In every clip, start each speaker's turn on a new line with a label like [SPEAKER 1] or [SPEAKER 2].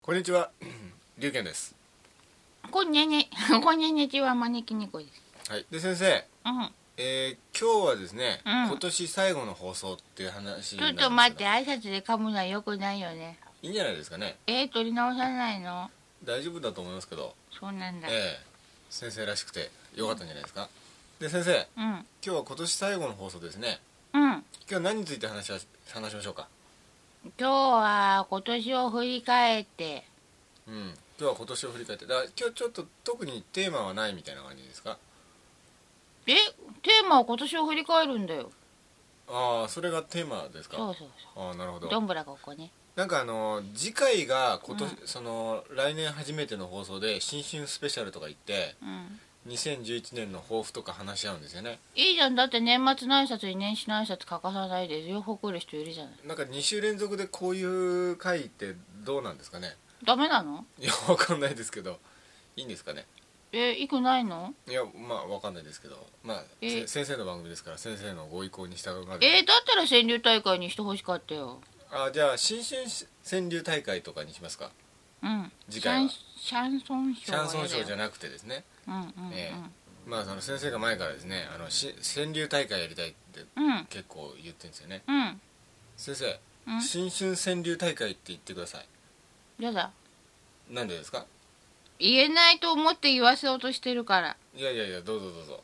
[SPEAKER 1] こんにちは龍拳です
[SPEAKER 2] こんにゃに、 こんにゃにちは招き猫です。
[SPEAKER 1] はいで先生
[SPEAKER 2] うん、
[SPEAKER 1] えー、今日はですね、
[SPEAKER 2] うん
[SPEAKER 1] 今年最後の放送っていう話に
[SPEAKER 2] ち
[SPEAKER 1] な
[SPEAKER 2] ょ
[SPEAKER 1] る
[SPEAKER 2] っ
[SPEAKER 1] んですけど
[SPEAKER 2] と待って、挨拶で噛むのは良くないよね。
[SPEAKER 1] いいんじゃないですかね
[SPEAKER 2] えー、取り直さないの。
[SPEAKER 1] 大丈夫だと思いますけど
[SPEAKER 2] そうなんだ。
[SPEAKER 1] ええ先生らしくてよかったんじゃないですかで先生
[SPEAKER 2] うん、
[SPEAKER 1] 今日は今年最後の放送ですね
[SPEAKER 2] うん、
[SPEAKER 1] 今日は何について話し話しましょうか
[SPEAKER 2] 今日は今年を振り返って。
[SPEAKER 1] うん今日は今年を振り返ってだから今日ちょっと特にテーマはないみたいな感じですか
[SPEAKER 2] え、テーマは今年を振り返るんだよ。
[SPEAKER 1] ああそれがテーマですか
[SPEAKER 2] そうそう
[SPEAKER 1] ああなるほ
[SPEAKER 2] そ
[SPEAKER 1] ど
[SPEAKER 2] う。どんぶらここね。
[SPEAKER 1] なんかあの次回が今年、その来年初めての放送で新春スペシャルとか言って
[SPEAKER 2] うん。
[SPEAKER 1] 2011年の抱負とか話し合うんですよね
[SPEAKER 2] いいじゃん、だって年末の挨拶に年始の挨拶欠かさないで両方来る人いるじゃない。
[SPEAKER 1] なんか2週連続でこういう回ってどうなんですかね
[SPEAKER 2] ダメなの
[SPEAKER 1] いやわかんないですけどいいんですかね
[SPEAKER 2] え、いくないの
[SPEAKER 1] いやまあわかんないですけどまあ
[SPEAKER 2] え
[SPEAKER 1] せ先生の番組ですから先生のご意向に従うまで
[SPEAKER 2] えー、だったら川柳大会にしてほしかったよ。
[SPEAKER 1] あじゃあ新春川柳大会とかにしますか
[SPEAKER 2] うん。
[SPEAKER 1] 次回は
[SPEAKER 2] シャンシャンソンシ
[SPEAKER 1] シ
[SPEAKER 2] ョー
[SPEAKER 1] ャン
[SPEAKER 2] はやだ
[SPEAKER 1] ソ
[SPEAKER 2] よ。
[SPEAKER 1] ン賞じゃなくてですね
[SPEAKER 2] うんうんうん。
[SPEAKER 1] えまあその先生が前からですねあのし川柳大会やりたいって
[SPEAKER 2] うん
[SPEAKER 1] 結構言ってるんですよね
[SPEAKER 2] うん
[SPEAKER 1] 先生
[SPEAKER 2] うん
[SPEAKER 1] 新春川柳大会って言ってください
[SPEAKER 2] やだ
[SPEAKER 1] なんでですか
[SPEAKER 2] 言えないと思って言わせようとしてるから
[SPEAKER 1] いやいやいやどうぞどうぞ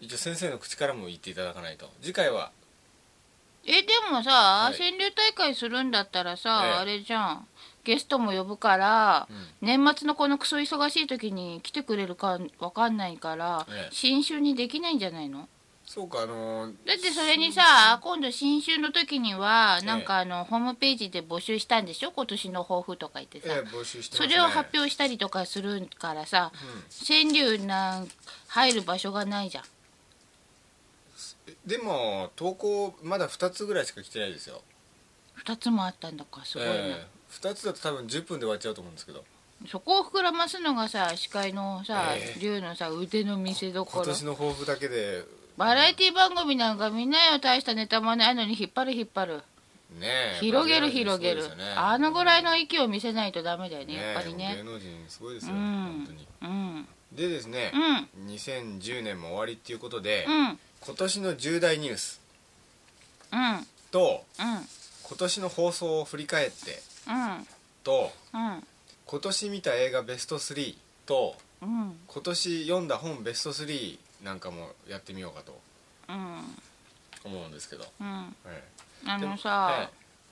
[SPEAKER 1] 一応先生の口からも言っていただかないと次回は
[SPEAKER 2] えでもさ、
[SPEAKER 1] い
[SPEAKER 2] 川柳大会するんだったらさ、
[SPEAKER 1] ええ
[SPEAKER 2] あれじゃんゲストも呼ぶから、
[SPEAKER 1] うん
[SPEAKER 2] 年末のこのクソ忙しい時に来てくれるかわかんないから、
[SPEAKER 1] ええ
[SPEAKER 2] 新春にできないんじゃないの
[SPEAKER 1] そうかあのー
[SPEAKER 2] だってそれにさ今度新春の時にはなんかあの、ホームページで募集したんでしょ今年の抱負とか言ってさ、
[SPEAKER 1] ええ募集してます、
[SPEAKER 2] そ
[SPEAKER 1] ね、
[SPEAKER 2] れを発表したりとかするからさ、川柳なん入る場所がないじゃん
[SPEAKER 1] でも投稿まだ2つぐらいしか来てないですよ
[SPEAKER 2] 2つもあったんだからすごいな、
[SPEAKER 1] え2つだと多分10分で終わっちゃうと思うんですけど
[SPEAKER 2] そこを膨らますのがさ司会のさ
[SPEAKER 1] ええ
[SPEAKER 2] 龍、のさ腕の見せどこ
[SPEAKER 1] 今
[SPEAKER 2] ろ
[SPEAKER 1] 年の抱負だけで
[SPEAKER 2] バラエティ番組なんかみんなよ大したネタもないのに引っ張る引っ張る
[SPEAKER 1] ねえ
[SPEAKER 2] 広げる広げる、
[SPEAKER 1] そうですよね
[SPEAKER 2] あのぐらいの息を見せないとダメだよね
[SPEAKER 1] ね
[SPEAKER 2] やっぱり
[SPEAKER 1] 芸
[SPEAKER 2] ね
[SPEAKER 1] 能人すごいですよ、
[SPEAKER 2] う
[SPEAKER 1] 本
[SPEAKER 2] ん
[SPEAKER 1] 当に
[SPEAKER 2] うん
[SPEAKER 1] でですね、
[SPEAKER 2] うん
[SPEAKER 1] 2010年も終わりっていうことで、
[SPEAKER 2] うんうん
[SPEAKER 1] 今年の重大ニュース
[SPEAKER 2] うん
[SPEAKER 1] と
[SPEAKER 2] うん
[SPEAKER 1] 今年の放送を振り返ってと
[SPEAKER 2] うん
[SPEAKER 1] 今年見た映画ベスト3と
[SPEAKER 2] うん
[SPEAKER 1] 今年読んだ本ベスト3なんかもやってみようかと
[SPEAKER 2] うん
[SPEAKER 1] 思うんですけど、
[SPEAKER 2] うん
[SPEAKER 1] え
[SPEAKER 2] あ
[SPEAKER 1] えで
[SPEAKER 2] の
[SPEAKER 1] も
[SPEAKER 2] さ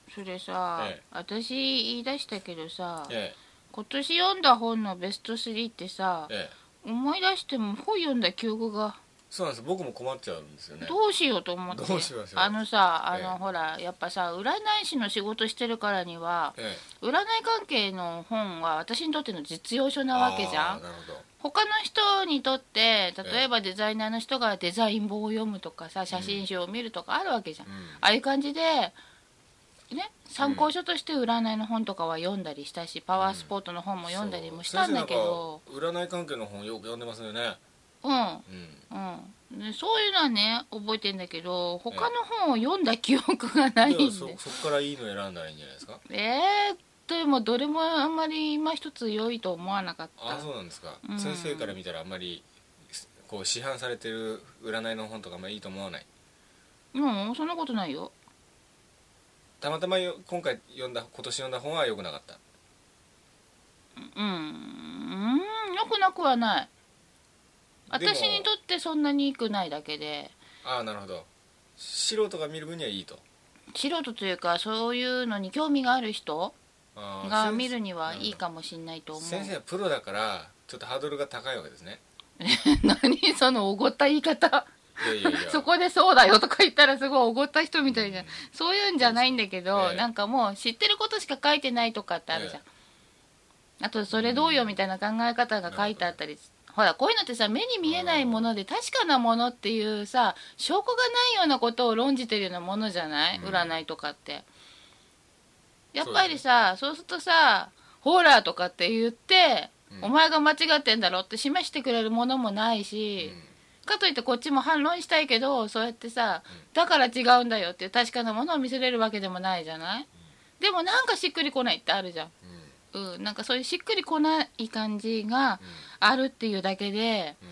[SPEAKER 1] え
[SPEAKER 2] それさ、
[SPEAKER 1] ええ
[SPEAKER 2] 私言い出したけどさ、
[SPEAKER 1] ええ
[SPEAKER 2] 今年読んだ本のベスト3ってさ
[SPEAKER 1] え、ええ
[SPEAKER 2] 思い出しても本読んだ記憶が
[SPEAKER 1] そうなんです僕も困っちゃうんですよね
[SPEAKER 2] どうしようと思って、
[SPEAKER 1] どうしましょう
[SPEAKER 2] あのさあの、
[SPEAKER 1] ええ
[SPEAKER 2] ほらやっぱさ占い師の仕事してるからには
[SPEAKER 1] ええ
[SPEAKER 2] 占い関係の本は私にとっての実用書なわけじゃ
[SPEAKER 1] あー
[SPEAKER 2] ん
[SPEAKER 1] なるほど
[SPEAKER 2] 他の人にとって例えばデザイナーの人がデザイン本を読むとかさ写真集を見るとかあるわけじゃん、
[SPEAKER 1] う
[SPEAKER 2] あ
[SPEAKER 1] ん
[SPEAKER 2] あいう感じでね参考書として占いの本とかは読んだりしたし、パワースポットの本も読んだりもしたんだけど
[SPEAKER 1] そう先生なんか占い関係の本よく読んでますよね
[SPEAKER 2] うん
[SPEAKER 1] うん
[SPEAKER 2] うん、でそういうのはね覚えてんだけど他の本を読んだ記憶がないん
[SPEAKER 1] い
[SPEAKER 2] で
[SPEAKER 1] やそそっからいいの選んだらいいんじゃないですか
[SPEAKER 2] えー、でもどれもあんまり今一つ良いと思わなかっ
[SPEAKER 1] あ
[SPEAKER 2] た
[SPEAKER 1] あそうなんですか、
[SPEAKER 2] うん
[SPEAKER 1] 先生から見たらあんまりこう市販されてる占いの本とかあんまりいいと思わない
[SPEAKER 2] うんそんなことないよ
[SPEAKER 1] たまたまよ今回読んだ今年読んだ本は良くなかった
[SPEAKER 2] うんうん良くなくはない
[SPEAKER 1] でも
[SPEAKER 2] 私にとってそんなに良くないだけで
[SPEAKER 1] ああなるほど素人が見る分にはいいと
[SPEAKER 2] 素人というかそういうのに興味がある人
[SPEAKER 1] あー
[SPEAKER 2] が
[SPEAKER 1] 先
[SPEAKER 2] 見るにはいいかもしんないと思う
[SPEAKER 1] 先生はプロだからちょっとハードルが高いわけですね
[SPEAKER 2] 何そのおごった言い方
[SPEAKER 1] いやいやいや
[SPEAKER 2] そこでそうだよとか言ったらすごいおごった人みたいじゃんそういうんじゃないんだけど、
[SPEAKER 1] ええ
[SPEAKER 2] なんかもう知ってることしか書いてないとかってあるじゃん、
[SPEAKER 1] え
[SPEAKER 2] あとそれどうよみたいな考え方が書いてあったりほらこういうのってさ目に見えないもので確かなものっていうさ証拠がないようなことを論じてるようなものじゃない、
[SPEAKER 1] うん
[SPEAKER 2] 占いとかってやっぱりさそう,、するとさホラーとかって言って、
[SPEAKER 1] うん
[SPEAKER 2] お前が間違ってんだろって示してくれるものもないし、
[SPEAKER 1] う
[SPEAKER 2] かといってこっちも反論したいけどそうやってさ、だから違うんだよっていう確かなものを見せれるわけでもないじゃない、でもなんかしっくりこないってあるじゃん
[SPEAKER 1] んうん
[SPEAKER 2] うん、なんかそういうしっくりこない感じがあるっていうだけで、
[SPEAKER 1] うん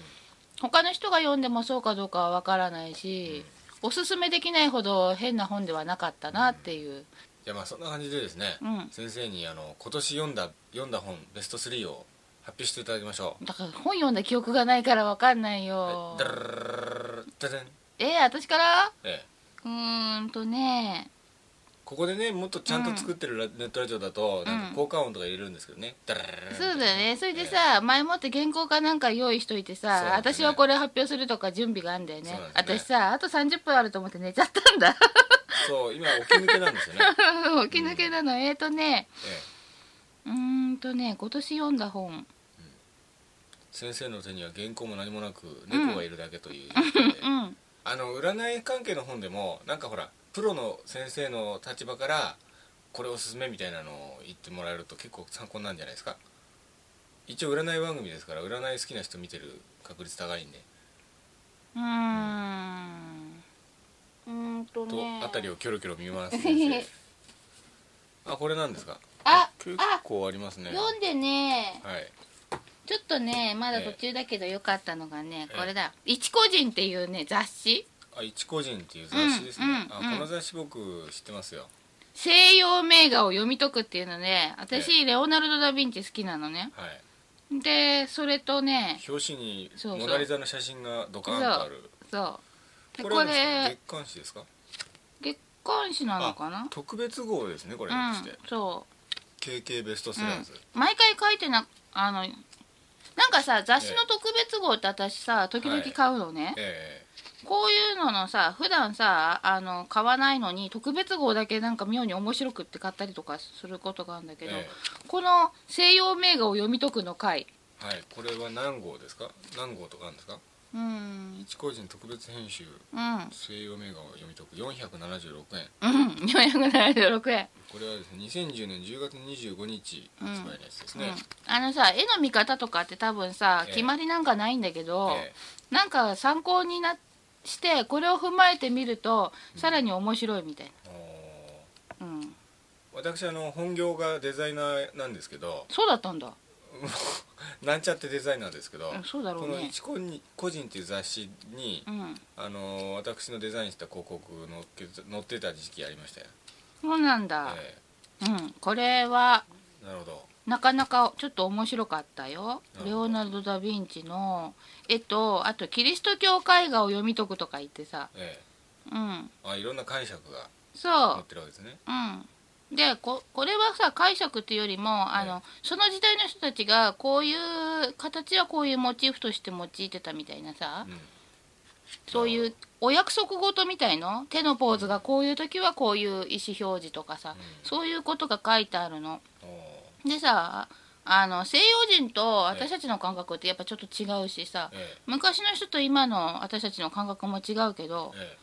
[SPEAKER 2] 他の人が読んでもそうかどうかはわからないし、おすすめできないほど変な本ではなかったなっていう、
[SPEAKER 1] じゃあまあそんな感じでですね、
[SPEAKER 2] うん
[SPEAKER 1] 先生にあの今年読んだ読んだ本ベスト3を発表していただきましょう
[SPEAKER 2] だから本読んだ記憶がないからわかんないよ
[SPEAKER 1] はい、ダララララララダダン
[SPEAKER 2] えー私から
[SPEAKER 1] ええ
[SPEAKER 2] うーんとね
[SPEAKER 1] ここでねもっとちゃんと作ってるラネットラジオだと、なんか効果音とか入れるんですけどね、ダラララララ
[SPEAKER 2] そうだよねそれでさ前もって原稿かなんか用意しといて
[SPEAKER 1] そ
[SPEAKER 2] さ、
[SPEAKER 1] うですね
[SPEAKER 2] 私はこれ発表するとか準備があんだよね
[SPEAKER 1] そうなんですね
[SPEAKER 2] 私さあと30分あると思って寝ちゃったんだ
[SPEAKER 1] そう今起き抜けなん ですよね、
[SPEAKER 2] 起き抜けなの、えーとね
[SPEAKER 1] ええ
[SPEAKER 2] うーんとね今年読んだ本
[SPEAKER 1] 先生の手には原稿も何もなく猫がいるだけという、え
[SPEAKER 2] う
[SPEAKER 1] え
[SPEAKER 2] ん
[SPEAKER 1] あの占い関係の本でもなんかほらプロの先生の立場からこれおすすめみたいなのを言ってもらえると結構参考になるんじゃないですか一応占い番組ですから占い好きな人見てる確率高いんで、
[SPEAKER 2] うーんうーんと
[SPEAKER 1] と
[SPEAKER 2] ね
[SPEAKER 1] 辺りをキョロキョロ見回す先生 あこれなんですか
[SPEAKER 2] あ
[SPEAKER 1] 結
[SPEAKER 2] あ
[SPEAKER 1] 構ありますね
[SPEAKER 2] 読んでね
[SPEAKER 1] はい
[SPEAKER 2] ちょっとねまだ途中だけど良かったのがね、これだ「一個人」っていうね雑誌
[SPEAKER 1] あ一個人っていう雑誌ですね、
[SPEAKER 2] うんうん
[SPEAKER 1] あ
[SPEAKER 2] うん
[SPEAKER 1] この雑誌僕知ってますよ
[SPEAKER 2] 西洋名画を読み解くっていうので私、レオナルド・ダ・ヴィンチ好きなのね
[SPEAKER 1] はい
[SPEAKER 2] でそれとね
[SPEAKER 1] 表紙に
[SPEAKER 2] そうそ
[SPEAKER 1] モ
[SPEAKER 2] う
[SPEAKER 1] ナ・リザの写真がドカーンとある
[SPEAKER 2] そうで
[SPEAKER 1] これは
[SPEAKER 2] これ
[SPEAKER 1] 何ですか月刊誌ですか
[SPEAKER 2] 月刊誌なのか
[SPEAKER 1] あ
[SPEAKER 2] な
[SPEAKER 1] 特別号ですねこれ
[SPEAKER 2] う
[SPEAKER 1] に
[SPEAKER 2] ん
[SPEAKER 1] して、
[SPEAKER 2] そ
[SPEAKER 1] KK ベストセラーズ、
[SPEAKER 2] う毎回書いてなあのなんかさ雑誌の特別号って私さ時々買うのね、
[SPEAKER 1] え
[SPEAKER 2] こういうののさ普段さあの買わないのに特別号だけなんか妙に面白くって買ったりとかすることがあるんだけ
[SPEAKER 1] え
[SPEAKER 2] ど、
[SPEAKER 1] え
[SPEAKER 2] この西洋名画を読み解くの回
[SPEAKER 1] えはいこれは何号ですか何号とかあるんですか
[SPEAKER 2] うん
[SPEAKER 1] 一個人特別編集
[SPEAKER 2] うん
[SPEAKER 1] 西洋名画を読み解く476円
[SPEAKER 2] うん476円、
[SPEAKER 1] これはですね2010年10月25日発売のやつですね、
[SPEAKER 2] うん、あのさ絵の見方とかって多分さ
[SPEAKER 1] ええ
[SPEAKER 2] 決まりなんかないんだけど、
[SPEAKER 1] え
[SPEAKER 2] なんか参考になしてこれを踏まえてみるとさらに面白いみたい
[SPEAKER 1] え
[SPEAKER 2] な、うん、
[SPEAKER 1] おー私あの本業がデザイナーなんですけど
[SPEAKER 2] そうだったんだ
[SPEAKER 1] なんちゃってデザイナーですけど、
[SPEAKER 2] うんそうだろ
[SPEAKER 1] こ
[SPEAKER 2] う
[SPEAKER 1] の
[SPEAKER 2] ね
[SPEAKER 1] 一個に個人っていう雑誌に
[SPEAKER 2] うん
[SPEAKER 1] あの私のデザインした広告載っけ載ってた時期ありましたよ、
[SPEAKER 2] そうなんだ、
[SPEAKER 1] え
[SPEAKER 2] うんこれは
[SPEAKER 1] えなるほど
[SPEAKER 2] なかなかちょっと面白かったよ
[SPEAKER 1] なるほど
[SPEAKER 2] レオナルド・ダ・ヴィンチの絵とあとキリスト教絵画を読み解くとか言ってさ
[SPEAKER 1] ええ
[SPEAKER 2] うん
[SPEAKER 1] あいろんな解釈が
[SPEAKER 2] そ
[SPEAKER 1] 載
[SPEAKER 2] う
[SPEAKER 1] ってるわけですね
[SPEAKER 2] うんでここれはさ解釈っていうよりもあの、その時代の人たちがこういう形はこういうモチーフとして用いてたみたいなさ、
[SPEAKER 1] うん
[SPEAKER 2] そういうお約束事みたいの手のポーズがこういう時はこういう意思表示とかさ、
[SPEAKER 1] うん
[SPEAKER 2] そういうことが書いてあるの。
[SPEAKER 1] お
[SPEAKER 2] でさあの西洋人と私たちの感覚ってやっぱちょっと違うしさ
[SPEAKER 1] ーえ
[SPEAKER 2] 昔の人と今の私たちの感覚も違うけど
[SPEAKER 1] ええ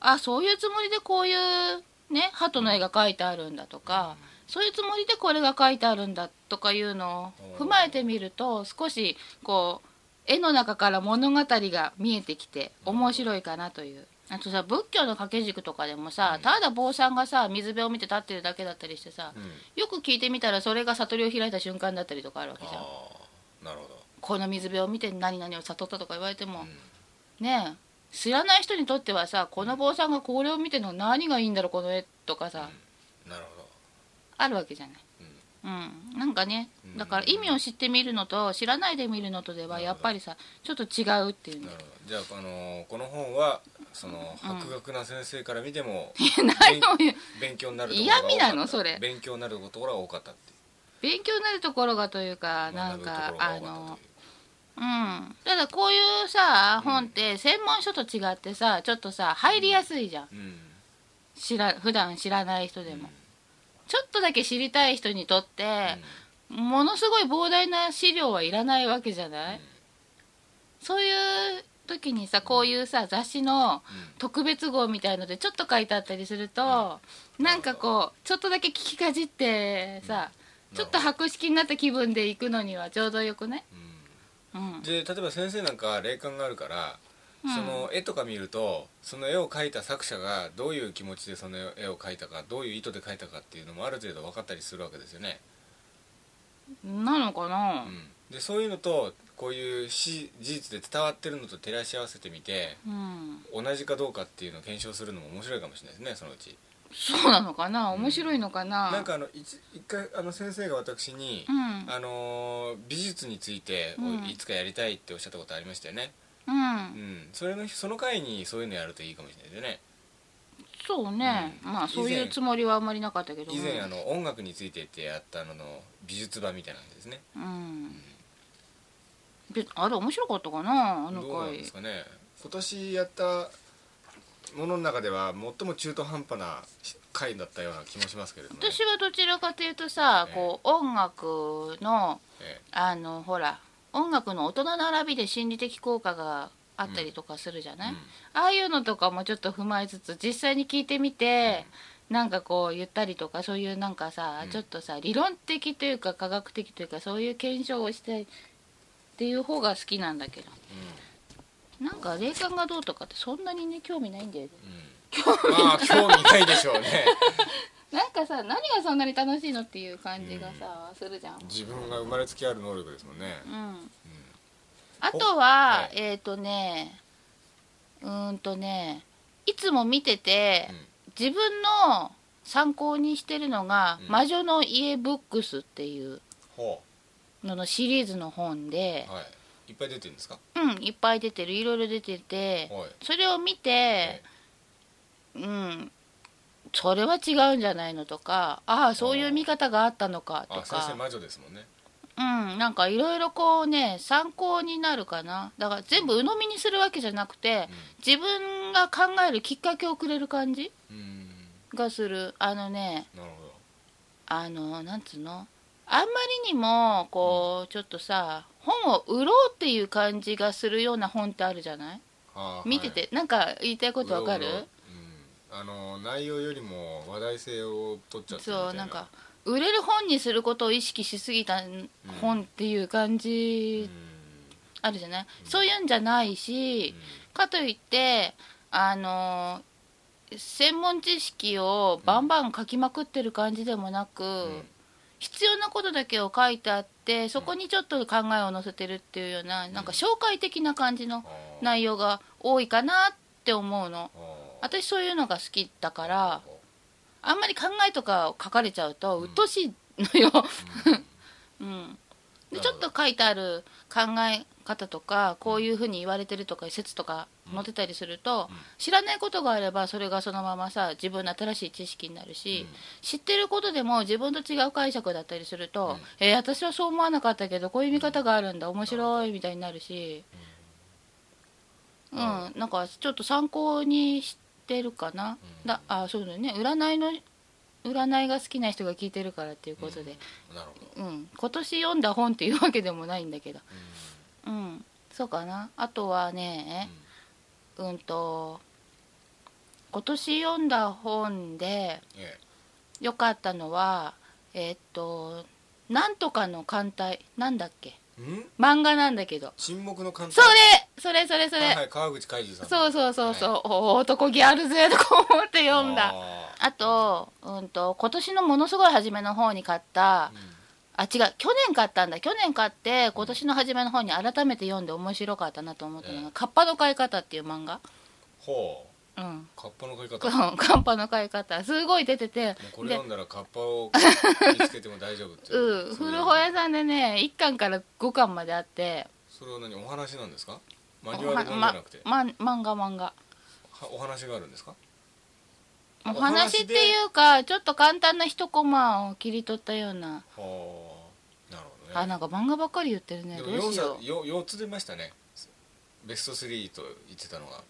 [SPEAKER 2] あそういうつもりでこういうね鳩の絵が描いてあるんだとかそういうつもりでこれが描いてあるんだとかいうのを踏まえてみると少しこう絵の中から物語が見えてきて面白いかなという。あとさ仏教の掛け軸とかでもさただ坊さんがさ水辺を見て立ってるだけだったりしてさ、
[SPEAKER 1] えうん
[SPEAKER 2] よく聞いてみたらそれが悟りを開いた瞬間だったりとかあるわけじゃん
[SPEAKER 1] ああなるほど
[SPEAKER 2] この水辺を見て何々を悟ったとか言われても、
[SPEAKER 1] ん
[SPEAKER 2] ねえ知らない人にとってはさこの坊さんがこれを見ての何がいいんだろうこの絵とかさ、
[SPEAKER 1] なるほど
[SPEAKER 2] あるわけじゃないうん、なんかね
[SPEAKER 1] うん
[SPEAKER 2] だから意味を知ってみるのと知らないで見るのとではやっぱりさちょっと違うっていうね
[SPEAKER 1] なるほどじゃあ、あのーこの本はその博学な先生から見て も、
[SPEAKER 2] 何を言う
[SPEAKER 1] 勉強になる
[SPEAKER 2] 嫌味な
[SPEAKER 1] 多か
[SPEAKER 2] の
[SPEAKER 1] った
[SPEAKER 2] それ
[SPEAKER 1] 勉強になるところが多かったっていう
[SPEAKER 2] 勉強になるところがというかなん
[SPEAKER 1] 学ぶとこ
[SPEAKER 2] か
[SPEAKER 1] ろが
[SPEAKER 2] あ
[SPEAKER 1] 多かったという
[SPEAKER 2] のうん、ただこういうさ本って専門書と違ってさちょっとさ入りやすいじゃん
[SPEAKER 1] うん
[SPEAKER 2] 知ら普段知らない人でも、ちょっとだけ知りたい人にとって、ものすごい膨大な資料はいらないわけじゃな
[SPEAKER 1] う
[SPEAKER 2] い、
[SPEAKER 1] ん
[SPEAKER 2] そういう時にさこういうさ雑誌の特別号みたいのでちょっと書いてあったりすると、なんかこうちょっとだけ聞きかじってさ、
[SPEAKER 1] うん
[SPEAKER 2] ちょっと博識になった気分で行くのにはちょうどよくね、
[SPEAKER 1] うんうん
[SPEAKER 2] うん、
[SPEAKER 1] で例えば先生なんか霊感があるから、
[SPEAKER 2] うん
[SPEAKER 1] その絵とか見るとその絵を描いた作者がどういう気持ちでその絵を描いたかどういう意図で描いたかっていうのもある程度分かったりするわけですよね。
[SPEAKER 2] なのかな
[SPEAKER 1] うんでそういうのとこういうし事実で伝わってるのと照らし合わせてみて
[SPEAKER 2] うん
[SPEAKER 1] 同じかどうかっていうのを検証するのも面白いかもしれないですねそのうち
[SPEAKER 2] そうなのかな面白いのかな
[SPEAKER 1] なんかあの一一回あの先生が私に
[SPEAKER 2] う、ん
[SPEAKER 1] あのー美術について
[SPEAKER 2] うん
[SPEAKER 1] いつかやりたいっておっしゃったことありましたよね、
[SPEAKER 2] う
[SPEAKER 1] うん
[SPEAKER 2] ん
[SPEAKER 1] それの日その回にそういうのやるといいかもしれないですよね
[SPEAKER 2] そうね
[SPEAKER 1] うん
[SPEAKER 2] まあそうい
[SPEAKER 1] 以
[SPEAKER 2] う
[SPEAKER 1] 前
[SPEAKER 2] つもりはあんまりなかったけど
[SPEAKER 1] 以前あの音楽についてってやったのの美術版みたいなんですね
[SPEAKER 2] うんであれ面白かったかなあの
[SPEAKER 1] どうなんで
[SPEAKER 2] 回
[SPEAKER 1] すかね今年やったものの中では最も中途半端な回だったような気もしますけれどもね、
[SPEAKER 2] 私はどちらかというとさ
[SPEAKER 1] ええ
[SPEAKER 2] こう音楽の
[SPEAKER 1] え
[SPEAKER 2] あのほら音楽の大人並びで心理的効果があったりとかするじゃ
[SPEAKER 1] え
[SPEAKER 2] ない、ああいうのとかもちょっと踏まえつつ実際に聞いてみて、なんかこう言ったりとかそういうなんかさ、
[SPEAKER 1] うん
[SPEAKER 2] ちょっとさ理論的というか科学的というかそういう検証をしてっていう方が好きなんだけどなんか霊感がどうとかってそんなにね興味ないんだよね
[SPEAKER 1] うん、うんま あ興味ないでしょうね
[SPEAKER 2] なんかさ何がそんなに楽しいのっていう感じがさ、するじゃん
[SPEAKER 1] 自分が生まれつきある能力ですもんね、
[SPEAKER 2] うん
[SPEAKER 1] うん
[SPEAKER 2] あとは、
[SPEAKER 1] はい
[SPEAKER 2] えっ、とねうーんとねいつも見てて、自分の参考にしてるのが「
[SPEAKER 1] うん
[SPEAKER 2] 魔女の家ブックス」っていう
[SPEAKER 1] ほ
[SPEAKER 2] ののシリーズの本で
[SPEAKER 1] う、はいいっぱい出てるんですか
[SPEAKER 2] うんいっぱい出てるいろいろ出てて
[SPEAKER 1] はい
[SPEAKER 2] それを見て、うんそれは違うんじゃないのとかああそういう見方があったのかと
[SPEAKER 1] あ先生
[SPEAKER 2] か
[SPEAKER 1] 魔女ですもんね
[SPEAKER 2] うんなんかいろいろこうね参考になるかなだから全部鵜呑みにするわけじゃなくて自分が考えるきっかけをくれる感じ
[SPEAKER 1] うんうん
[SPEAKER 2] がするあのね
[SPEAKER 1] なるほど
[SPEAKER 2] あのなんつうのあんまりにもこうちょっとさ本を売ろうっていう感じがするような本ってあるじゃない
[SPEAKER 1] あー
[SPEAKER 2] 見てて、なんか言いたいことわかる
[SPEAKER 1] うろうろうんあの内容よりも話題性を取っちゃってるみたいな
[SPEAKER 2] そうなんか売れる本にすることを意識しすぎた本っていう感
[SPEAKER 1] うん
[SPEAKER 2] じあるじゃない、そういうんじゃないし、
[SPEAKER 1] う
[SPEAKER 2] かといってあの専門知識をバンバン書きまくってる感じでもなく、
[SPEAKER 1] んうん
[SPEAKER 2] 必要なことだけを書いてあってそこにちょっと考えを載せてるっていうようななんか紹介的な感じの
[SPEAKER 1] あー
[SPEAKER 2] 内容が多いかなって思うの
[SPEAKER 1] あー
[SPEAKER 2] 私そういうのが好きだからあんまり考えとかを書かれちゃうと鬱陶しいのよ、
[SPEAKER 1] うん
[SPEAKER 2] うん、で
[SPEAKER 1] なる
[SPEAKER 2] ちょ
[SPEAKER 1] ほ
[SPEAKER 2] っ
[SPEAKER 1] ど
[SPEAKER 2] と書いてある考え方とかこういうふうに言われてるとか説とか載ってたりすると
[SPEAKER 1] うん
[SPEAKER 2] 知らないことがあればそれがそのままさ自分の新 しい知識になるし、知ってることでも自分と違う解釈だったりすると、えー私はそう思わなかったけどこういう見方があるんだ面白いみたいになるし、う
[SPEAKER 1] うんんなるほ
[SPEAKER 2] なんかちょっと参考にしてるかな、
[SPEAKER 1] うん
[SPEAKER 2] だあそうだよね占いの占いが好きな人が聞いてるからっていうことで、
[SPEAKER 1] うんなるほど
[SPEAKER 2] うん今年読んだ本っていうわけでもないんだけど、
[SPEAKER 1] うん
[SPEAKER 2] うん、そうかなあとはね
[SPEAKER 1] うん
[SPEAKER 2] うんと今年読んだ本で
[SPEAKER 1] え
[SPEAKER 2] 良かったのはえーっとなんとかの艦隊なんだっけ
[SPEAKER 1] えうん
[SPEAKER 2] 漫画なんだけど
[SPEAKER 1] 沈黙の艦
[SPEAKER 2] そ
[SPEAKER 1] 隊
[SPEAKER 2] れそれそれそれ、
[SPEAKER 1] はいはい川口海二さん
[SPEAKER 2] そううそうそうそう、お男気あるぜとか思って読ん
[SPEAKER 1] だ
[SPEAKER 2] だあと,、うん、と今年のものすごい初めの方に買った、あ違う去年買ったんだ去年買って今年の初めの方に改めて読んで面白かったなと思ったのが
[SPEAKER 1] え
[SPEAKER 2] 「
[SPEAKER 1] え
[SPEAKER 2] カッパの買い方」っていう漫画
[SPEAKER 1] ほう
[SPEAKER 2] うん
[SPEAKER 1] カッパの買い
[SPEAKER 2] こ
[SPEAKER 1] 方も
[SPEAKER 2] のカッパの買い方すごい出てて
[SPEAKER 1] うこれ
[SPEAKER 2] で
[SPEAKER 1] 読んだらカッパを 見つけても大丈夫ってい
[SPEAKER 2] うん、
[SPEAKER 1] それ
[SPEAKER 2] 古本屋さんでね1巻から5巻まであって
[SPEAKER 1] それは何お話なんですかマニュアルな
[SPEAKER 2] ま
[SPEAKER 1] んじゃなくて
[SPEAKER 2] ま漫画漫画
[SPEAKER 1] はお話があるんですか
[SPEAKER 2] お
[SPEAKER 1] お
[SPEAKER 2] 話
[SPEAKER 1] 話
[SPEAKER 2] って
[SPEAKER 1] で
[SPEAKER 2] いうかちょっと簡単な一コマを切り取ったような
[SPEAKER 1] はあなるほどね
[SPEAKER 2] あなんか漫画ばっかり言ってるね
[SPEAKER 1] で
[SPEAKER 2] ど
[SPEAKER 1] も
[SPEAKER 2] う
[SPEAKER 1] 4,
[SPEAKER 2] しよう
[SPEAKER 1] よ4つ出ましたねベスト3と言ってたのが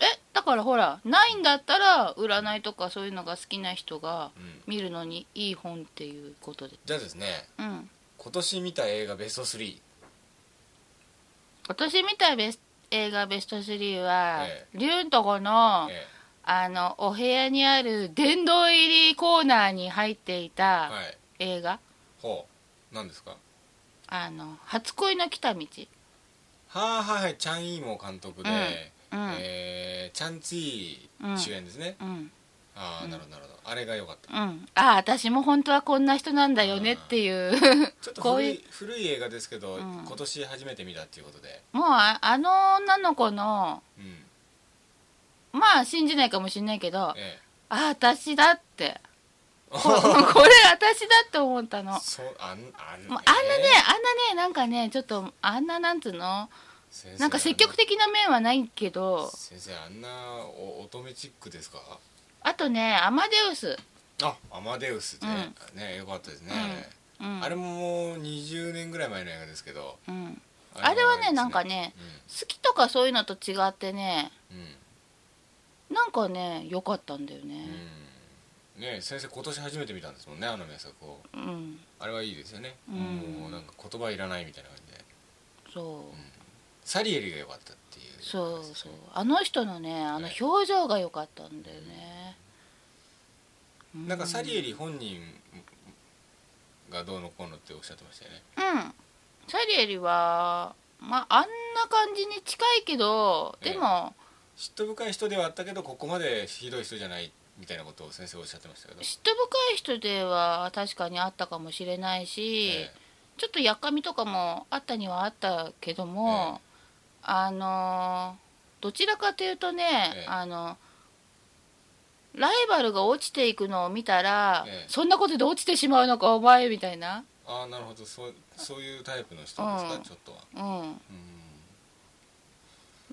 [SPEAKER 2] えだからほらないんだったら占いとかそういうのが好きな人が
[SPEAKER 1] うん
[SPEAKER 2] 見るのにいい本っていうことで
[SPEAKER 1] じゃあですね
[SPEAKER 2] うん
[SPEAKER 1] 今年見た映画ベスト3
[SPEAKER 2] 私見たベス映画ベスト3は、
[SPEAKER 1] え
[SPEAKER 2] リュウンとこの、
[SPEAKER 1] え
[SPEAKER 2] あのお部屋にある殿堂入りコーナーに入ってい
[SPEAKER 1] え
[SPEAKER 2] た
[SPEAKER 1] はい
[SPEAKER 2] 映画、
[SPEAKER 1] ほう何ですか
[SPEAKER 2] あの初恋の来た道
[SPEAKER 1] はあはいはいチャン・イーモウ監督で、
[SPEAKER 2] うん
[SPEAKER 1] えーチャン・ツィー主演ですね、
[SPEAKER 2] うん
[SPEAKER 1] ああなるほどなるほどあれが良かった
[SPEAKER 2] うん、ああ私も本当はこんな人なんだよねっていう
[SPEAKER 1] ちょっと
[SPEAKER 2] こう
[SPEAKER 1] 古
[SPEAKER 2] いう
[SPEAKER 1] い古い映画ですけど、
[SPEAKER 2] うん
[SPEAKER 1] 今年初めて見たっていうことで、
[SPEAKER 2] もうああの女の子の
[SPEAKER 1] うん
[SPEAKER 2] まあ信じないかもしれないけどあ
[SPEAKER 1] え
[SPEAKER 2] あ私だって
[SPEAKER 1] え、
[SPEAKER 2] ここれ私だって思ったのもう
[SPEAKER 1] そうあんあん
[SPEAKER 2] あんなね、あんなねなんかねちょっとあんななんつうの
[SPEAKER 1] 先生
[SPEAKER 2] なんか積極的な面はないけど
[SPEAKER 1] 先生あんなお乙女チックですか
[SPEAKER 2] あとねアマデウス、
[SPEAKER 1] あアマデウスで、ね良かったですね、
[SPEAKER 2] うん、
[SPEAKER 1] あれももう20年ぐらい前の映画ですけど
[SPEAKER 2] うん、
[SPEAKER 1] も
[SPEAKER 2] あれは
[SPEAKER 1] です
[SPEAKER 2] ねなんかね好きとかそういうのと違ってね
[SPEAKER 1] うんうん
[SPEAKER 2] なんかね良かったんだよね
[SPEAKER 1] うんね先生今年初めて見たんですもんねあの名作を
[SPEAKER 2] うん、
[SPEAKER 1] あれはいいですよね、
[SPEAKER 2] うん
[SPEAKER 1] もうなんか言葉いらないみたいな感じで
[SPEAKER 2] そう
[SPEAKER 1] サリエリが良かったっていう
[SPEAKER 2] そうそうあの人のねあの表情が良かったんだよね、う
[SPEAKER 1] なんかサリエリ本人がどうのこうのっておっしゃってましたよね
[SPEAKER 2] うんサリエリはまああんな感じに近いけどでも
[SPEAKER 1] 嫉妬深い人ではあったけどここまでひどい人じゃないみたいなことを先生おっしゃってましたけど、
[SPEAKER 2] 嫉妬深い人では確かにあったかもしれないし、
[SPEAKER 1] え
[SPEAKER 2] ちょっとやっかみとかもあったにはあったけども、あのーどちらかというとね、
[SPEAKER 1] ええ
[SPEAKER 2] あのライバルが落ちていくのを見たら、
[SPEAKER 1] ええ
[SPEAKER 2] そんなことで落ちてしまうのかお前みたいな、
[SPEAKER 1] えああなるほどそうそういうタイプの人ですか、
[SPEAKER 2] うん
[SPEAKER 1] ちょっとは
[SPEAKER 2] うん、
[SPEAKER 1] うん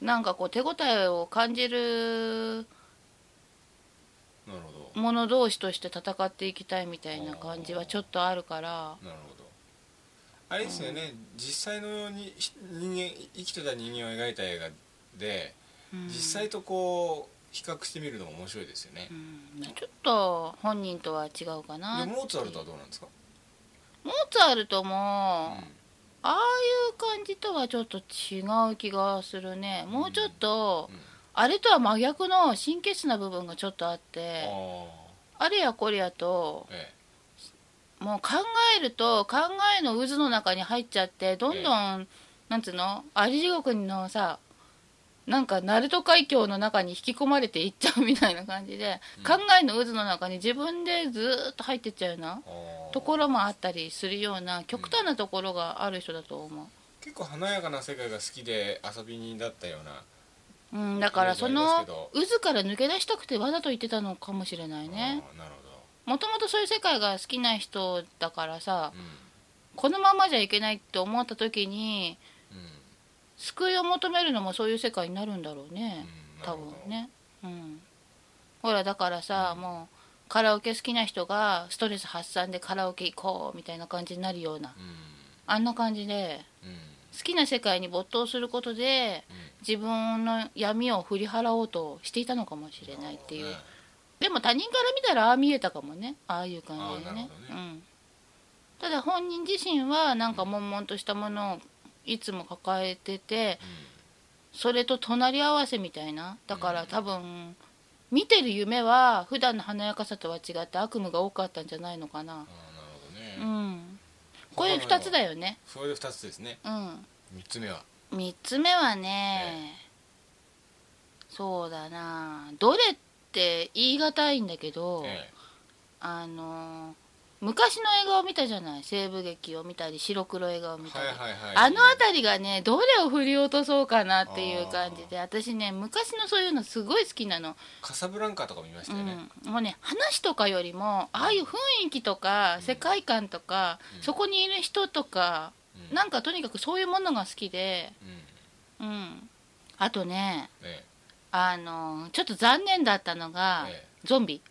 [SPEAKER 2] なんかこう手応えを感じる
[SPEAKER 1] なるほど
[SPEAKER 2] 者同士として戦っていきたいみたいな感じはちょっとあるから、
[SPEAKER 1] なるほどあれですよね、実際のようにひ人間生きてた人間を描いた映画で、
[SPEAKER 2] うん
[SPEAKER 1] 実際とこう比較してみるのも面白いですよね
[SPEAKER 2] う、んちょっと本人とは違うかな
[SPEAKER 1] でモーツァルトはどうなんですか、
[SPEAKER 2] モーツァルトも、
[SPEAKER 1] うん
[SPEAKER 2] ああいう感じとはちょっと違う気がするねもうちょっと、
[SPEAKER 1] うん
[SPEAKER 2] あれとは真逆の神経質な部分がちょっとあっ
[SPEAKER 1] あ
[SPEAKER 2] て
[SPEAKER 1] あ
[SPEAKER 2] あれやこれやと
[SPEAKER 1] え
[SPEAKER 2] もう考えると考えの渦の中に入っちゃってどんどん、なんつうのあり地獄のさなんか鳴門海峡の中に引き込まれていっちゃうみたいな感じで、
[SPEAKER 1] うん
[SPEAKER 2] 考えの渦の中に自分でずーっと入ってっちゃうような
[SPEAKER 1] えああ
[SPEAKER 2] ところもあったりするような極端なところがある人だと思う。
[SPEAKER 1] 結構華やかな世界が好きで遊び人だったような、
[SPEAKER 2] うん、だからそ
[SPEAKER 1] いろいろあ
[SPEAKER 2] の
[SPEAKER 1] りま
[SPEAKER 2] 渦から抜け出したくてわざと言ってたのかもしれないね
[SPEAKER 1] ああなるほど
[SPEAKER 2] もともとそういう世界が好きな人だからさ
[SPEAKER 1] う
[SPEAKER 2] このままじゃいけないって思った時に
[SPEAKER 1] んうん
[SPEAKER 2] 救いを求めるのもそういう世界になるんだろうね
[SPEAKER 1] うんな
[SPEAKER 2] 多
[SPEAKER 1] るほ
[SPEAKER 2] 分
[SPEAKER 1] ど
[SPEAKER 2] ねうんほらだからさもうカラオケ好きな人がストレス発散でカラオケ行こうみたいな感じになるような
[SPEAKER 1] う
[SPEAKER 2] あんな感じで
[SPEAKER 1] んうん
[SPEAKER 2] 好きな世界に没頭することで自分の闇を振り払おうとしていたのかもしれないっていう
[SPEAKER 1] なる
[SPEAKER 2] でも他人から見たらああ見えたかもねああいう感じ
[SPEAKER 1] あ
[SPEAKER 2] でね
[SPEAKER 1] あなるほど
[SPEAKER 2] うん、ただ本人自身はなんか悶々としたものをいつも抱えててそれと隣り合わせみたいなだから多分見てる夢は普段の華やかさとは違って悪夢が多かったんじゃないのかな
[SPEAKER 1] ほどね
[SPEAKER 2] う
[SPEAKER 1] ああなるほどね
[SPEAKER 2] んこれ2つだ
[SPEAKER 1] よ
[SPEAKER 2] よね
[SPEAKER 1] それで2つですね
[SPEAKER 2] うん
[SPEAKER 1] 3つ目は
[SPEAKER 2] 3つ目はね、そうだなどれって言い難いんだけど、
[SPEAKER 1] え
[SPEAKER 2] あのー昔の映画を見たじゃない西部劇を見たり白黒映画を
[SPEAKER 1] え
[SPEAKER 2] 見た
[SPEAKER 1] はい
[SPEAKER 2] り、
[SPEAKER 1] はいはい
[SPEAKER 2] あの辺りがねどれを振り落とそうかなっていう感じで私ね昔のそういうのすごい好きなの、
[SPEAKER 1] カサブランカとか見ましたよね
[SPEAKER 2] うん、もうね話とかよりもああいう雰囲気とか
[SPEAKER 1] ん
[SPEAKER 2] 世界観とか、
[SPEAKER 1] うん
[SPEAKER 2] そこにいる人とか、
[SPEAKER 1] うん
[SPEAKER 2] なんかとにかくそういうものが好きで、
[SPEAKER 1] うんね
[SPEAKER 2] うん、あとね
[SPEAKER 1] え
[SPEAKER 2] あのーちょっと残念だったのが、
[SPEAKER 1] ええ
[SPEAKER 2] ゾンビ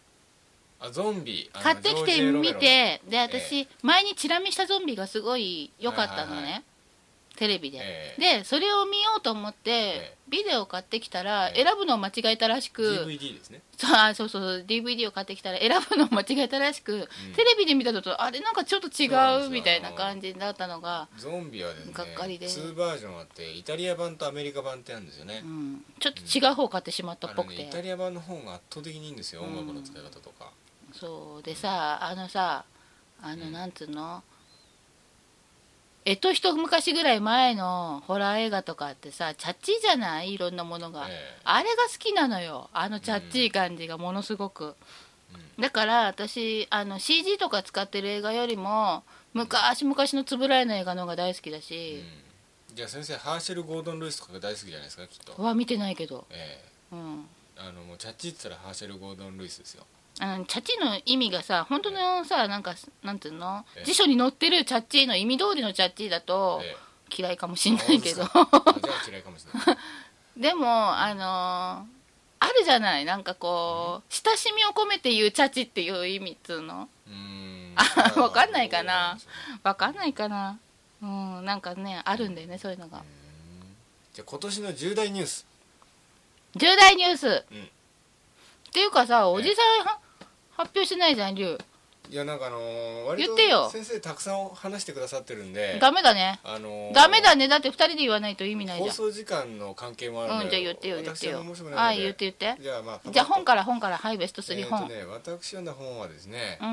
[SPEAKER 1] あゾンビあの
[SPEAKER 2] 買ってき
[SPEAKER 1] ジ
[SPEAKER 2] て
[SPEAKER 1] ョージ A ロメ
[SPEAKER 2] み
[SPEAKER 1] ロ
[SPEAKER 2] てで
[SPEAKER 1] え
[SPEAKER 2] 私、前にチラ見したゾンビがすごい良かったのね、
[SPEAKER 1] はいはいは
[SPEAKER 2] テレビで、
[SPEAKER 1] え
[SPEAKER 2] でそれを見ようと思って、
[SPEAKER 1] え
[SPEAKER 2] ビデオ買ってきたら、
[SPEAKER 1] ええ
[SPEAKER 2] 選ぶのを間違えたらしく
[SPEAKER 1] DVD ですね
[SPEAKER 2] そうあそうそうそう DVD を買ってきたら選ぶのを間違えたらしく、テレビで見たのとあれなんかちょっと違
[SPEAKER 1] なんです
[SPEAKER 2] う
[SPEAKER 1] よ
[SPEAKER 2] みたいな感じだったのが、
[SPEAKER 1] ゾンビはですね
[SPEAKER 2] がっかりで
[SPEAKER 1] 2バージョンあってイタリア版とアメリカ版ってあるんですよね
[SPEAKER 2] うん、ちょっと違う方買ってしまったっ
[SPEAKER 1] あ
[SPEAKER 2] ぽ
[SPEAKER 1] の
[SPEAKER 2] く
[SPEAKER 1] ね
[SPEAKER 2] て、
[SPEAKER 1] イタリア版の方が圧倒的にいいんですよ
[SPEAKER 2] うん
[SPEAKER 1] 音楽の使い方とか
[SPEAKER 2] そうでさあのさあの
[SPEAKER 1] うん
[SPEAKER 2] なんつうの、えっと一昔ぐらい前のホラー映画とかってさチャッチーじゃないいろんなものが、
[SPEAKER 1] ええ
[SPEAKER 2] あれが好きなのよあのチャッチー感じがものすごく、
[SPEAKER 1] う
[SPEAKER 2] だから私あの CG とか使ってる映画よりも昔昔のつぶらいの映画の方が大好きだし、
[SPEAKER 1] うんじゃあ先生ハーシェル・ゴードン・ルイスとかが大好きじゃないですかきっと
[SPEAKER 2] は見てないけど、
[SPEAKER 1] え
[SPEAKER 2] うん、
[SPEAKER 1] えあのもうチャッチーって言ったらハーシェル・ゴードン・ルイスですよ
[SPEAKER 2] あのチャッチーの意味がさ本当のさなんかなんていうの
[SPEAKER 1] ええ
[SPEAKER 2] 辞書に載ってるチャッチーの意味通りのチャッチーだと
[SPEAKER 1] ええ
[SPEAKER 2] 嫌いかもしんないけど
[SPEAKER 1] あ本当ですかあじゃあ嫌いかもしれない
[SPEAKER 2] でもあのーあるじゃないなんかこう親しみを込めて言うチャチっていう意味っつうの
[SPEAKER 1] うーん
[SPEAKER 2] あ わかんないかな
[SPEAKER 1] どうでしょうね
[SPEAKER 2] わかんないかなうんなんかねあるんだよねそういうの
[SPEAKER 1] うー
[SPEAKER 2] が
[SPEAKER 1] んじゃあ今年の重大ニュース
[SPEAKER 2] 重大ニュース、っ
[SPEAKER 1] ん
[SPEAKER 2] ていうかさおじさんは発表してないじゃん龍
[SPEAKER 1] いやなんかあのー割
[SPEAKER 2] 言ってよ
[SPEAKER 1] と先生たくさん話してくださってるんで
[SPEAKER 2] ダメだね
[SPEAKER 1] あのー
[SPEAKER 2] ダメだねだって2人で言わないと意味ないじ
[SPEAKER 1] 放
[SPEAKER 2] ゃん
[SPEAKER 1] 送時間の関係もあるの
[SPEAKER 2] う
[SPEAKER 1] で
[SPEAKER 2] んじゃあ言ってよ言って
[SPEAKER 1] 私
[SPEAKER 2] よ
[SPEAKER 1] は面白く
[SPEAKER 2] は
[SPEAKER 1] ないい
[SPEAKER 2] 言
[SPEAKER 1] の
[SPEAKER 2] っ
[SPEAKER 1] で
[SPEAKER 2] て言って
[SPEAKER 1] じゃあまあ
[SPEAKER 2] じゃあ本
[SPEAKER 1] ら
[SPEAKER 2] から本からはいベスト3本、
[SPEAKER 1] ね私読んだ本はですね
[SPEAKER 2] うん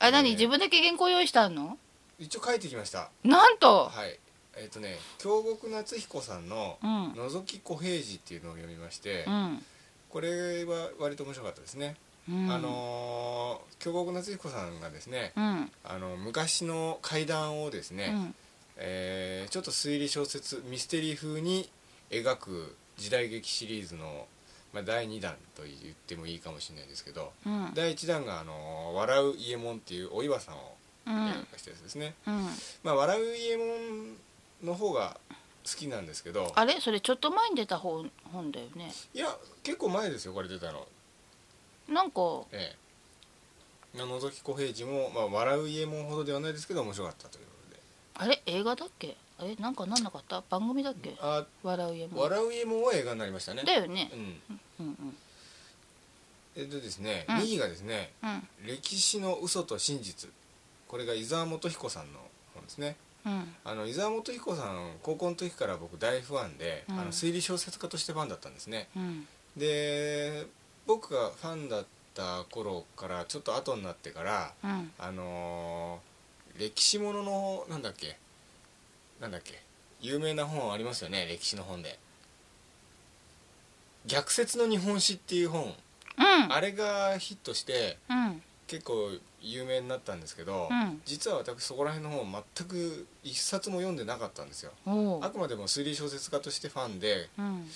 [SPEAKER 2] あ何、
[SPEAKER 1] えー
[SPEAKER 2] 自分だけ原稿用意したの
[SPEAKER 1] 一応書いてきました
[SPEAKER 2] なんと、
[SPEAKER 1] はいえっ、とね京極夏彦さんの
[SPEAKER 2] う
[SPEAKER 1] 「
[SPEAKER 2] ん
[SPEAKER 1] のぞき小平次」っていうのを読みまして、
[SPEAKER 2] うん
[SPEAKER 1] これは割と面白かったですね、
[SPEAKER 2] うん
[SPEAKER 1] あのー京極夏彦さんがですね
[SPEAKER 2] うん
[SPEAKER 1] あの昔の怪談をですね、
[SPEAKER 2] うん
[SPEAKER 1] えーちょっと推理小説ミステリー風に描く時代劇シリーズの、まあ、第2弾と言ってもいいかもしれないですけど
[SPEAKER 2] うん
[SPEAKER 1] 第1弾があの「笑う伊右衛門」っていうお岩さんを
[SPEAKER 2] うん
[SPEAKER 1] 描かしたやつですね、
[SPEAKER 2] うん
[SPEAKER 1] まあ、笑う伊右衛門の方が好きなんですけど
[SPEAKER 2] あれそれちょっと前に出た本本だよね
[SPEAKER 1] いや結構前ですよこれ出たの
[SPEAKER 2] なんか
[SPEAKER 1] ええのぞき小平次も、まあ、笑う伊右衛門ほどではないですけど面白かったということで
[SPEAKER 2] あれ映画だっけあれなんかなんなかった番組だっけ
[SPEAKER 1] あ
[SPEAKER 2] 笑う家も
[SPEAKER 1] 笑う伊右衛門は映画になりましたね
[SPEAKER 2] だよね
[SPEAKER 1] うん
[SPEAKER 2] うんうん
[SPEAKER 1] えっとですね、
[SPEAKER 2] うん
[SPEAKER 1] 2位がですね
[SPEAKER 2] うん
[SPEAKER 1] 「歴史の嘘と真実」これが伊沢元彦さんの本ですね
[SPEAKER 2] うん
[SPEAKER 1] あの伊沢元彦さん高校の時から僕大ファンで、
[SPEAKER 2] うん
[SPEAKER 1] あの推理小説家としてファンだったんですね
[SPEAKER 2] うん
[SPEAKER 1] で僕がファンだった頃からちょっと後になってから
[SPEAKER 2] うん
[SPEAKER 1] あのー歴史もののなんだっけなんだっけ有名な本ありますよね歴史の本で「逆説の日本史」っていう本
[SPEAKER 2] うん
[SPEAKER 1] あれがヒットして
[SPEAKER 2] うん
[SPEAKER 1] 結構有名になったんですけど、
[SPEAKER 2] うん
[SPEAKER 1] 実は私そこら辺の本全く一冊も読んでなかったんですよ
[SPEAKER 2] お
[SPEAKER 1] あ
[SPEAKER 2] う
[SPEAKER 1] くまでも推理小説家としてファンで
[SPEAKER 2] うん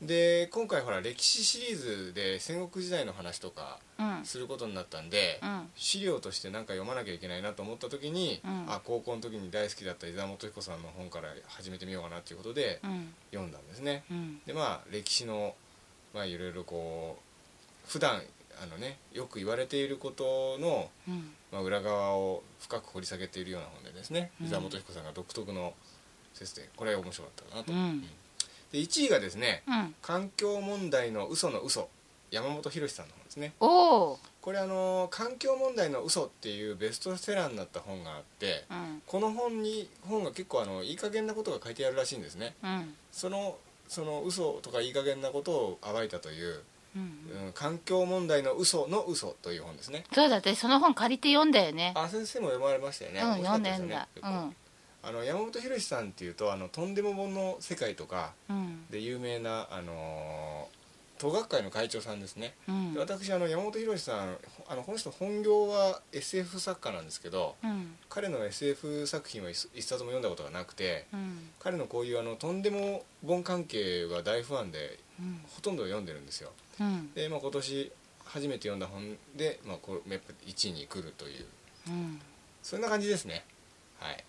[SPEAKER 1] で今回ほら歴史シリーズで戦国時代の話とか
[SPEAKER 2] うん
[SPEAKER 1] することになったんで、
[SPEAKER 2] うん
[SPEAKER 1] 資料として何か読まなきゃいけないなと思った時に、
[SPEAKER 2] うん
[SPEAKER 1] あ高校の時に大好きだった伊沢元彦さんの本から始めてみようかなということで
[SPEAKER 2] うん
[SPEAKER 1] 読んだんですね。
[SPEAKER 2] うん
[SPEAKER 1] でまあ歴史のまあいろいろこう普段あのねよく言われていることの、
[SPEAKER 2] うん
[SPEAKER 1] まあ、裏側を深く掘り下げているような本でですね、
[SPEAKER 2] うん
[SPEAKER 1] 伊沢元彦さんが独特の説でこれ面白かったなと。
[SPEAKER 2] うん
[SPEAKER 1] で1位がですね
[SPEAKER 2] うん
[SPEAKER 1] 環境問題の嘘の嘘山本博さんの本ですね。
[SPEAKER 2] おう
[SPEAKER 1] これあの環境問題の嘘っていうベストセラーになった本があって
[SPEAKER 2] うん
[SPEAKER 1] この本に本が結構あのいい加減なことが書いてあるらしいんですね
[SPEAKER 2] うん
[SPEAKER 1] そのその嘘とかいい加減なことを暴いたという、
[SPEAKER 2] うん
[SPEAKER 1] うん、環境問題の嘘の嘘という本ですね
[SPEAKER 2] そうだってその本借りて読んだよね
[SPEAKER 1] あ先生も読まれましたよ
[SPEAKER 2] う
[SPEAKER 1] ね
[SPEAKER 2] ん
[SPEAKER 1] 面白
[SPEAKER 2] 読
[SPEAKER 1] か
[SPEAKER 2] ん
[SPEAKER 1] ったで
[SPEAKER 2] だ
[SPEAKER 1] すよ
[SPEAKER 2] 読ん
[SPEAKER 1] ね
[SPEAKER 2] だ
[SPEAKER 1] 結
[SPEAKER 2] う
[SPEAKER 1] 構
[SPEAKER 2] ん
[SPEAKER 1] あの山本博さんっていうとあのとんでも本の世界とか
[SPEAKER 2] うん
[SPEAKER 1] で有名なあのー党学会の会長さんですね
[SPEAKER 2] うん
[SPEAKER 1] で私あの山本博さんあのこの人本業は SF 作家なんですけど
[SPEAKER 2] うん
[SPEAKER 1] 彼の SF 作品は一一冊も読んだことがなくて
[SPEAKER 2] うん
[SPEAKER 1] 彼のこういうあのとんでも本関係は大ファンで
[SPEAKER 2] うん
[SPEAKER 1] ほとんど読んでるんですよ
[SPEAKER 2] うん
[SPEAKER 1] で、まあ、今年初めて読んだ本で、まあ、これやっぱ1位に来るという
[SPEAKER 2] うん
[SPEAKER 1] そんな感じですねはい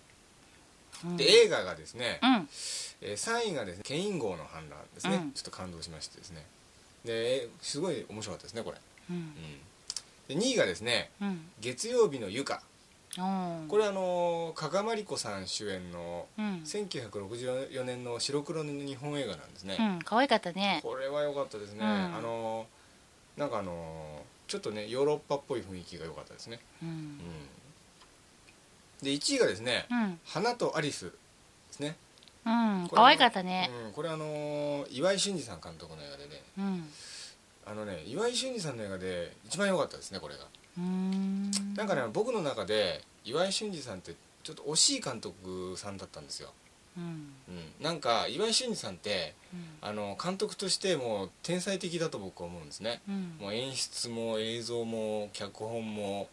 [SPEAKER 2] うん
[SPEAKER 1] で映画がですね、
[SPEAKER 2] うん
[SPEAKER 1] えー3位がですねケイン号の反乱ですね、
[SPEAKER 2] うん
[SPEAKER 1] ちょっと感動しましてですねでえーすごい面白かったですねこれ、
[SPEAKER 2] うん
[SPEAKER 1] うん、で2位がですね
[SPEAKER 2] うん
[SPEAKER 1] 月曜日のゆか
[SPEAKER 2] うん
[SPEAKER 1] これあの加賀まりこさん主演の
[SPEAKER 2] うん
[SPEAKER 1] 1964年の白黒の日本映画なんですね、
[SPEAKER 2] うん可愛かったね
[SPEAKER 1] これは良かったですね、
[SPEAKER 2] うん
[SPEAKER 1] あのなんかあのちょっとねヨーロッパっぽい雰囲気が良かったですね、
[SPEAKER 2] う
[SPEAKER 1] うんん、で1位がですね
[SPEAKER 2] うん
[SPEAKER 1] 「花とアリス」ですね
[SPEAKER 2] うん
[SPEAKER 1] これ
[SPEAKER 2] 可愛かったね
[SPEAKER 1] うん、これあの岩井俊二さん監督の映画でね
[SPEAKER 2] うん
[SPEAKER 1] あのね岩井俊二さんの映画で一番良かったですねこれが
[SPEAKER 2] うーん
[SPEAKER 1] なんかね僕の中で岩井俊二さんってちょっと惜しい監督さんだったんですよ、
[SPEAKER 2] うん
[SPEAKER 1] うん、なんか岩井俊二さんって
[SPEAKER 2] うん
[SPEAKER 1] あの監督としてもう天才的だと僕は思うんですね
[SPEAKER 2] うん
[SPEAKER 1] もう演出も映像も脚本も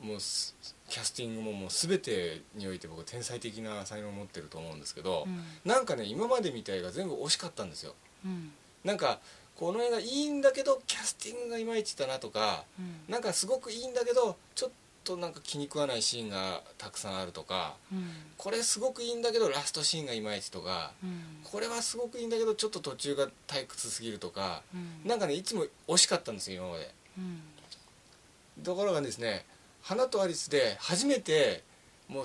[SPEAKER 1] もうすキャスティングももう全てにおいて僕天才的な才能を持ってると思うんですけど、なんかね今までみたいが全部惜しかったんですよ
[SPEAKER 2] うん
[SPEAKER 1] なんかこの映画いいんだけどキャスティングがいまいちだなとか
[SPEAKER 2] うん
[SPEAKER 1] なんかすごくいいんだけどちょっとなんか気に食わないシーンがたくさんあるとか
[SPEAKER 2] うん
[SPEAKER 1] これすごくいいんだけどラストシーンがいまいちとか
[SPEAKER 2] うん
[SPEAKER 1] これはすごくいいんだけどちょっと途中が退屈すぎるとか
[SPEAKER 2] うん
[SPEAKER 1] なんかねいつも惜しかったんですよ今まで
[SPEAKER 2] うん
[SPEAKER 1] ところがですね「花とアリス」で初めてもう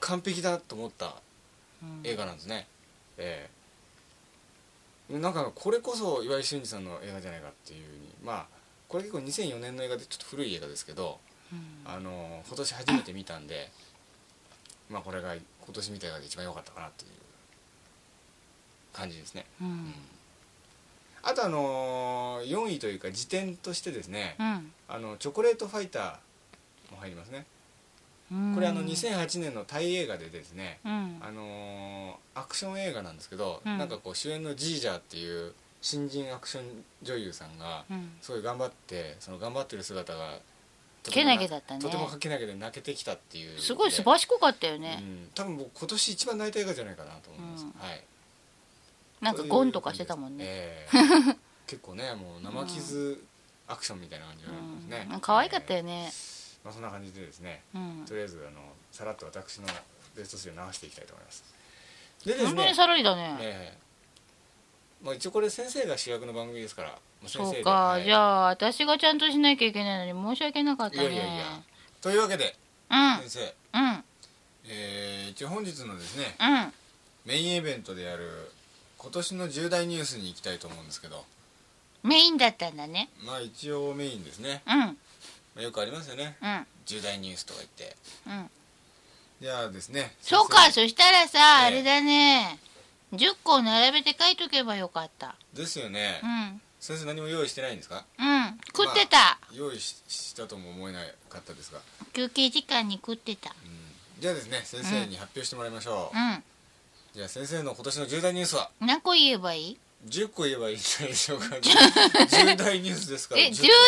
[SPEAKER 1] 完璧だと思った
[SPEAKER 2] うん
[SPEAKER 1] 映画なんですね、ええなんかこれこそ岩井俊二さんの映画じゃないかっていうふうにまあこれ結構2004年の映画でちょっと古い映画ですけど、
[SPEAKER 2] うん
[SPEAKER 1] あの今年初めて見たんでまあこれが今年見た映画で一番良かったかなという感じですね
[SPEAKER 2] うん
[SPEAKER 1] あとあのー、4位というか時点としてですね
[SPEAKER 2] うん
[SPEAKER 1] あのチョコレートファイターも入りますねこれあの2008年のタイ映画でですね、
[SPEAKER 2] うん
[SPEAKER 1] あのーアクション映画なんですけど、
[SPEAKER 2] うん
[SPEAKER 1] なんかこう主演のジージャーっていう新人アクション女優さんが
[SPEAKER 2] うん
[SPEAKER 1] すごい頑張ってその頑張ってる姿が
[SPEAKER 2] けなげだったね
[SPEAKER 1] とてもかけなげで泣けてきたっていう
[SPEAKER 2] すごい素晴
[SPEAKER 1] し
[SPEAKER 2] らしかったよね
[SPEAKER 1] 多分僕今年一番泣いた映画じゃないかなと思います、
[SPEAKER 2] うん
[SPEAKER 1] はい
[SPEAKER 2] なんかゴンとかしてたもんね
[SPEAKER 1] ええ結構ねもう生傷アクションみたいな感じがありますね、
[SPEAKER 2] うん可愛かった
[SPEAKER 1] え
[SPEAKER 2] よね
[SPEAKER 1] えまあ、そんな感じでですね
[SPEAKER 2] うん
[SPEAKER 1] とりあえずあのさらっと私のベスト3を直していきたいと思いますでです
[SPEAKER 2] 本当
[SPEAKER 1] ね
[SPEAKER 2] にさらりだね
[SPEAKER 1] ええまあ、一応これ先生が主役の番組ですからまあ先
[SPEAKER 2] そ
[SPEAKER 1] 生
[SPEAKER 2] うかじ
[SPEAKER 1] あ
[SPEAKER 2] ゃあ私がちゃんとしなきゃいけないのに申し訳なかっ
[SPEAKER 1] い
[SPEAKER 2] た
[SPEAKER 1] やいやいや
[SPEAKER 2] ね
[SPEAKER 1] というわけで
[SPEAKER 2] うん
[SPEAKER 1] 先生、
[SPEAKER 2] うん
[SPEAKER 1] えー一応本日のですね
[SPEAKER 2] うん
[SPEAKER 1] メインイベントである今年の重大ニュースに行きたいと思うんですけど
[SPEAKER 2] メインだったんだね
[SPEAKER 1] まあ一応メインですね、
[SPEAKER 2] うんうん
[SPEAKER 1] まあ、よくありますよね重大ニュースとか言って
[SPEAKER 2] うん
[SPEAKER 1] じゃあですね
[SPEAKER 2] そうか
[SPEAKER 1] 先
[SPEAKER 2] そしたら
[SPEAKER 1] ええ
[SPEAKER 2] さあれだね10個並べて書いとけばよかった
[SPEAKER 1] 生ですよね、
[SPEAKER 2] うん
[SPEAKER 1] 先生何も用意してないんですか
[SPEAKER 2] うん食ってた
[SPEAKER 1] 用意ししたとも思えなかったですが、
[SPEAKER 2] 休憩時間に食ってた
[SPEAKER 1] うんじゃあですね先生に発表してもらいましょう、
[SPEAKER 2] う
[SPEAKER 1] じゃあ先生の今年の重大ニュースは
[SPEAKER 2] ん何個言えばいい
[SPEAKER 1] 10個言えばいいんじゃないでし ょうか重大ニュースですから
[SPEAKER 2] え重大な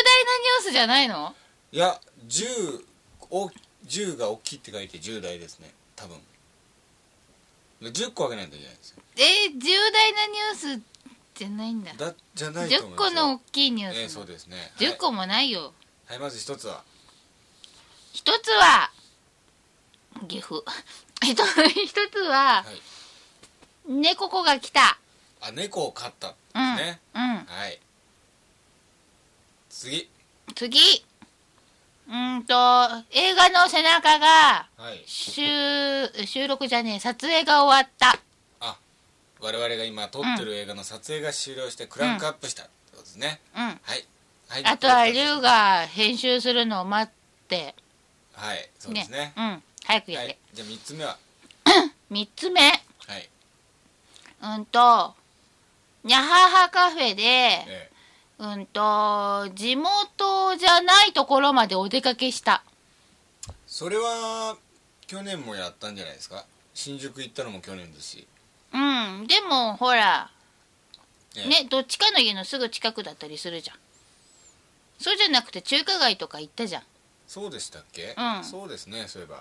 [SPEAKER 2] ニ
[SPEAKER 1] 10
[SPEAKER 2] ュースじゃないの
[SPEAKER 1] いや10を10が大きいって書いて重大ですね多分10個あげないといけないんですよ
[SPEAKER 2] えー重大なニュースじゃないんだ
[SPEAKER 1] だじゃないと思いま
[SPEAKER 2] 10
[SPEAKER 1] す
[SPEAKER 2] 個の
[SPEAKER 1] よ
[SPEAKER 2] 大きいニュ
[SPEAKER 1] ええ
[SPEAKER 2] ース
[SPEAKER 1] そ
[SPEAKER 2] な
[SPEAKER 1] う
[SPEAKER 2] の、
[SPEAKER 1] ですね
[SPEAKER 2] 10個もないよ
[SPEAKER 1] はい、はいまず一つは
[SPEAKER 2] 一つは岐阜 一つは
[SPEAKER 1] はい
[SPEAKER 2] 猫子が来た
[SPEAKER 1] あ猫を飼ったです
[SPEAKER 2] うん、
[SPEAKER 1] ね、
[SPEAKER 2] うん
[SPEAKER 1] はい次
[SPEAKER 2] 次うーんと映画の背中が
[SPEAKER 1] はい
[SPEAKER 2] 収収録じゃねえ撮影が終わった
[SPEAKER 1] 我々が今撮ってる映画の撮影が終了してクランクアップしたってことですね、
[SPEAKER 2] うん
[SPEAKER 1] はいはい
[SPEAKER 2] あとはリュウが編集するのを待って
[SPEAKER 1] はいそうですね
[SPEAKER 2] うん早くや
[SPEAKER 1] は
[SPEAKER 2] れ、
[SPEAKER 1] いじゃあ3つ目は
[SPEAKER 2] 3つ目
[SPEAKER 1] はい
[SPEAKER 2] うんと、にゃははカフェで、
[SPEAKER 1] ええ
[SPEAKER 2] うんと、地元じゃないところまでお出かけした。
[SPEAKER 1] それは去年もやったんじゃないですか新宿行ったのも去年ですし、
[SPEAKER 2] うん、でもほら、
[SPEAKER 1] ええ
[SPEAKER 2] ね、どっちかの家のすぐ近くだったりするじゃん。そうじゃなくて中華街とか行ったじゃん。
[SPEAKER 1] そうでしたっけ、
[SPEAKER 2] うん
[SPEAKER 1] そうですねそういえば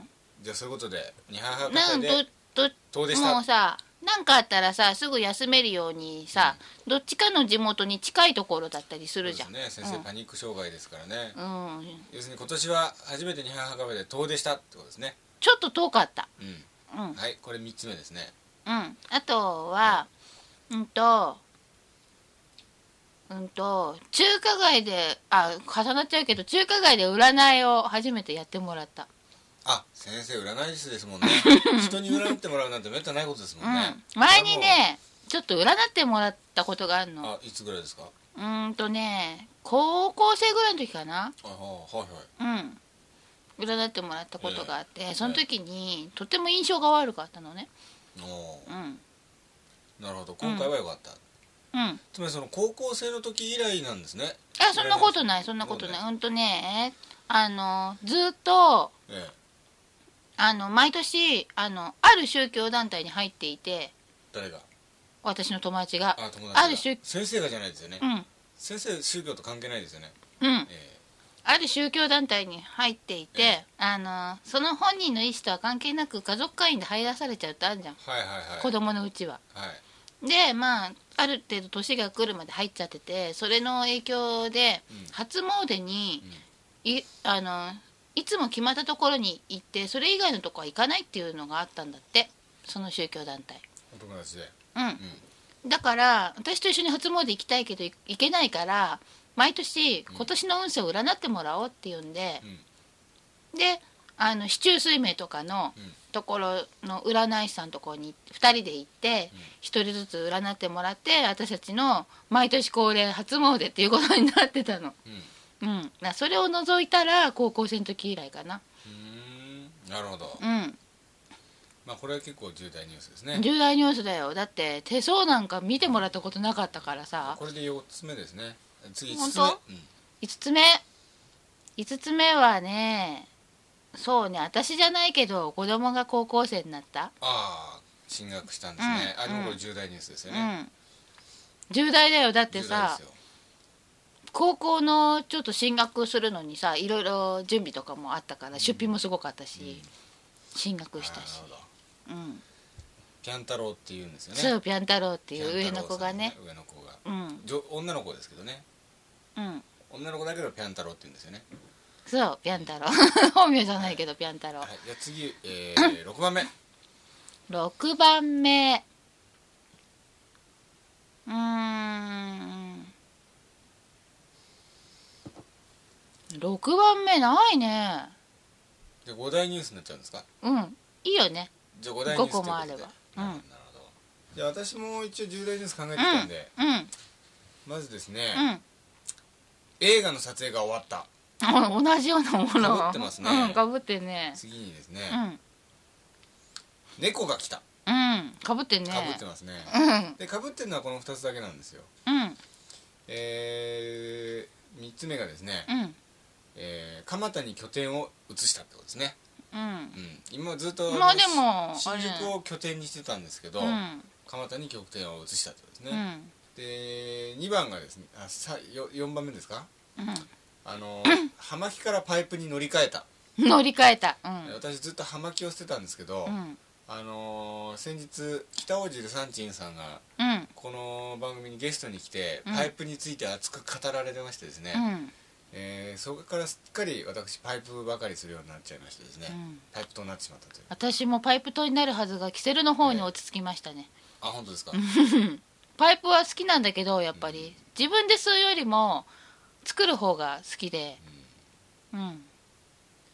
[SPEAKER 2] う
[SPEAKER 1] じゃあそういうことでにはは
[SPEAKER 2] ん。な
[SPEAKER 1] カフ
[SPEAKER 2] ん
[SPEAKER 1] ェ
[SPEAKER 2] ど
[SPEAKER 1] で、
[SPEAKER 2] ど、
[SPEAKER 1] 遠出した
[SPEAKER 2] もうさ、なんかあったらさ、すぐ休めるようにさ、どっちかの地元に近いところだったりす
[SPEAKER 1] そう
[SPEAKER 2] る
[SPEAKER 1] で
[SPEAKER 2] じゃ
[SPEAKER 1] す
[SPEAKER 2] ん。
[SPEAKER 1] ね先生、パニック障害ですからね、
[SPEAKER 2] うん、うん。
[SPEAKER 1] 要するに今年は初めてにははカフェで遠出したってことですね
[SPEAKER 2] ちょっと遠かった。
[SPEAKER 1] うん
[SPEAKER 2] うん。
[SPEAKER 1] はいこれ3つ目ですね
[SPEAKER 2] うん、あとは、うんと、うんと、中華街で、あ、重なっちゃうけど、中華街で占いを初めてやってもらった。
[SPEAKER 1] あ先生占い師です もんね人に占ってもらうなんてめったにないことですも
[SPEAKER 2] うん
[SPEAKER 1] ね、
[SPEAKER 2] ん。前にね、ちょっと占ってもらったことがあるの。
[SPEAKER 1] あいつぐらいですか
[SPEAKER 2] うーんとね、高校生ぐらいの時かな。
[SPEAKER 1] あはいはいはい
[SPEAKER 2] うん。占ってもらったことがあって、その時に、とても印象が悪かったのね。
[SPEAKER 1] お
[SPEAKER 2] う
[SPEAKER 1] ー
[SPEAKER 2] ん。
[SPEAKER 1] なるほど今回は良かった、
[SPEAKER 2] うん。
[SPEAKER 1] つまりその高校生の時以来なんですね
[SPEAKER 2] あ、そんなことない、そんなことない。うんとね、あの、ずっと、
[SPEAKER 1] え
[SPEAKER 2] あの毎年あのある宗教団体に入っていて
[SPEAKER 1] 誰が
[SPEAKER 2] 私の友達が
[SPEAKER 1] あ友達
[SPEAKER 2] ある種
[SPEAKER 1] が先生がじゃないですよね、
[SPEAKER 2] うん
[SPEAKER 1] 先生宗教と関係ないですよね、
[SPEAKER 2] うん
[SPEAKER 1] え
[SPEAKER 2] ある宗教団体に入っていて、あのその本人の意思とは関係なく家族会員で入らされちゃうってあるじゃん、
[SPEAKER 1] ーはいはいはい
[SPEAKER 2] 子供のうちは。
[SPEAKER 1] はい
[SPEAKER 2] でまあある程度年が来るまで入っちゃっててそれの影響で
[SPEAKER 1] うん
[SPEAKER 2] 初詣に、いあのいつも決まったところに行ってそれ以外のとこは行かないっていうのがあったんだってその宗教団体。
[SPEAKER 1] お友達で
[SPEAKER 2] うん
[SPEAKER 1] うん
[SPEAKER 2] だから私と一緒に初詣行きたいけどい行けないから毎年今年の運勢を占ってもらおうって言うんで、であの市中水明とかの
[SPEAKER 1] うん
[SPEAKER 2] ところの占い師さんのところに2人で行って
[SPEAKER 1] うん
[SPEAKER 2] 1人ずつ占ってもらって私たちの毎年恒例初詣っていうことになってたの。
[SPEAKER 1] うんうん
[SPEAKER 2] うん、なそれを除いたら高校生の時以来かな、
[SPEAKER 1] うーんなるほど、
[SPEAKER 2] うん、
[SPEAKER 1] まあこれは結構重大ニュースですね
[SPEAKER 2] 重大ニュースだよだって手相なんか見てもらったことなかったからさ
[SPEAKER 1] これで4つ目ですね次5
[SPEAKER 2] 本
[SPEAKER 1] つ目、
[SPEAKER 2] 当5つ目5つ目はねそうね私じゃないけど子供が高校生になった、
[SPEAKER 1] ああ進学したんですね、
[SPEAKER 2] うん
[SPEAKER 1] あで
[SPEAKER 2] う
[SPEAKER 1] も
[SPEAKER 2] ん
[SPEAKER 1] これ重大ニュースです
[SPEAKER 2] う
[SPEAKER 1] よね、
[SPEAKER 2] ん重大だよだって
[SPEAKER 1] 重大
[SPEAKER 2] さ
[SPEAKER 1] ですよ
[SPEAKER 2] 高校のちょっと進学するのにさいろいろ準備とかもあったから出費もすごかったし、進学したし
[SPEAKER 1] あーなるほど
[SPEAKER 2] うん
[SPEAKER 1] ピャン太郎って言うんですよね
[SPEAKER 2] そうピャン太郎って
[SPEAKER 1] ピ
[SPEAKER 2] い
[SPEAKER 1] ャン
[SPEAKER 2] う上
[SPEAKER 1] 太
[SPEAKER 2] の
[SPEAKER 1] 郎さ
[SPEAKER 2] 子
[SPEAKER 1] ん
[SPEAKER 2] がね
[SPEAKER 1] 上の子が
[SPEAKER 2] うん
[SPEAKER 1] じょ女の子ですけどね
[SPEAKER 2] うん
[SPEAKER 1] 女の子だけどピャン太郎って言うんですよね
[SPEAKER 2] そう、ピャン太郎。 本名じゃないけど、ピャン太郎
[SPEAKER 1] はい。じゃあ次、え ー、6番目
[SPEAKER 2] 六番目。うーん。六番目ないね。
[SPEAKER 1] で5大ニュースになっちゃうんですか
[SPEAKER 2] うん、いいよね。
[SPEAKER 1] じゃあ5大ニュース
[SPEAKER 2] 五個も
[SPEAKER 1] ということで
[SPEAKER 2] あればうん
[SPEAKER 1] なるほどなるほどじゃあ私も一応重大ニュース考えてきたんで、
[SPEAKER 2] うん、うん、
[SPEAKER 1] まずですね、
[SPEAKER 2] うん。
[SPEAKER 1] 映画の撮影が終わった
[SPEAKER 2] あ 同じようなもの。
[SPEAKER 1] 被ってますね
[SPEAKER 2] うん、かぶってね。
[SPEAKER 1] 次にです
[SPEAKER 2] う
[SPEAKER 1] ね、
[SPEAKER 2] ん、
[SPEAKER 1] 猫が来た
[SPEAKER 2] うん、かぶってね。
[SPEAKER 1] かぶってますね
[SPEAKER 2] うん、
[SPEAKER 1] でかぶってるのはこの2つだけなんですよ
[SPEAKER 2] うん、
[SPEAKER 1] えー、3つ目がですね、
[SPEAKER 2] うん、
[SPEAKER 1] えー蒲田に拠点を移したってことですね、
[SPEAKER 2] うん
[SPEAKER 1] う。ん、今ずっと
[SPEAKER 2] まあでもあ
[SPEAKER 1] 新
[SPEAKER 2] れ
[SPEAKER 1] 宿を拠点にしてたんですけど、
[SPEAKER 2] うん、
[SPEAKER 1] 蒲田に拠点を移したってことです
[SPEAKER 2] う
[SPEAKER 1] ね、
[SPEAKER 2] ん、
[SPEAKER 1] で2番がですねあさよ4番目ですか
[SPEAKER 2] う
[SPEAKER 1] あ の葉巻からパイプに乗り換えた、
[SPEAKER 2] ん。乗り換えた。うん、
[SPEAKER 1] 私ずっと葉巻を捨てたんですけど、
[SPEAKER 2] うん、
[SPEAKER 1] あのー先日北大路でサンチンさんが
[SPEAKER 2] うん、
[SPEAKER 1] この番組にゲストに来て、
[SPEAKER 2] うん
[SPEAKER 1] パイプについて熱く語られてましてですね、
[SPEAKER 2] うん。
[SPEAKER 1] えーそこからすっかり私パイプばかりするようになっちゃいましてですね、
[SPEAKER 2] うん
[SPEAKER 1] パイプとなってしまったという
[SPEAKER 2] 私もパイプ党になるはずがキセルの方に落ち着きましたね、
[SPEAKER 1] あ本当ですか、
[SPEAKER 2] パイプは好きなんだけどやっぱり自分で吸うよりも作る方が好きでうん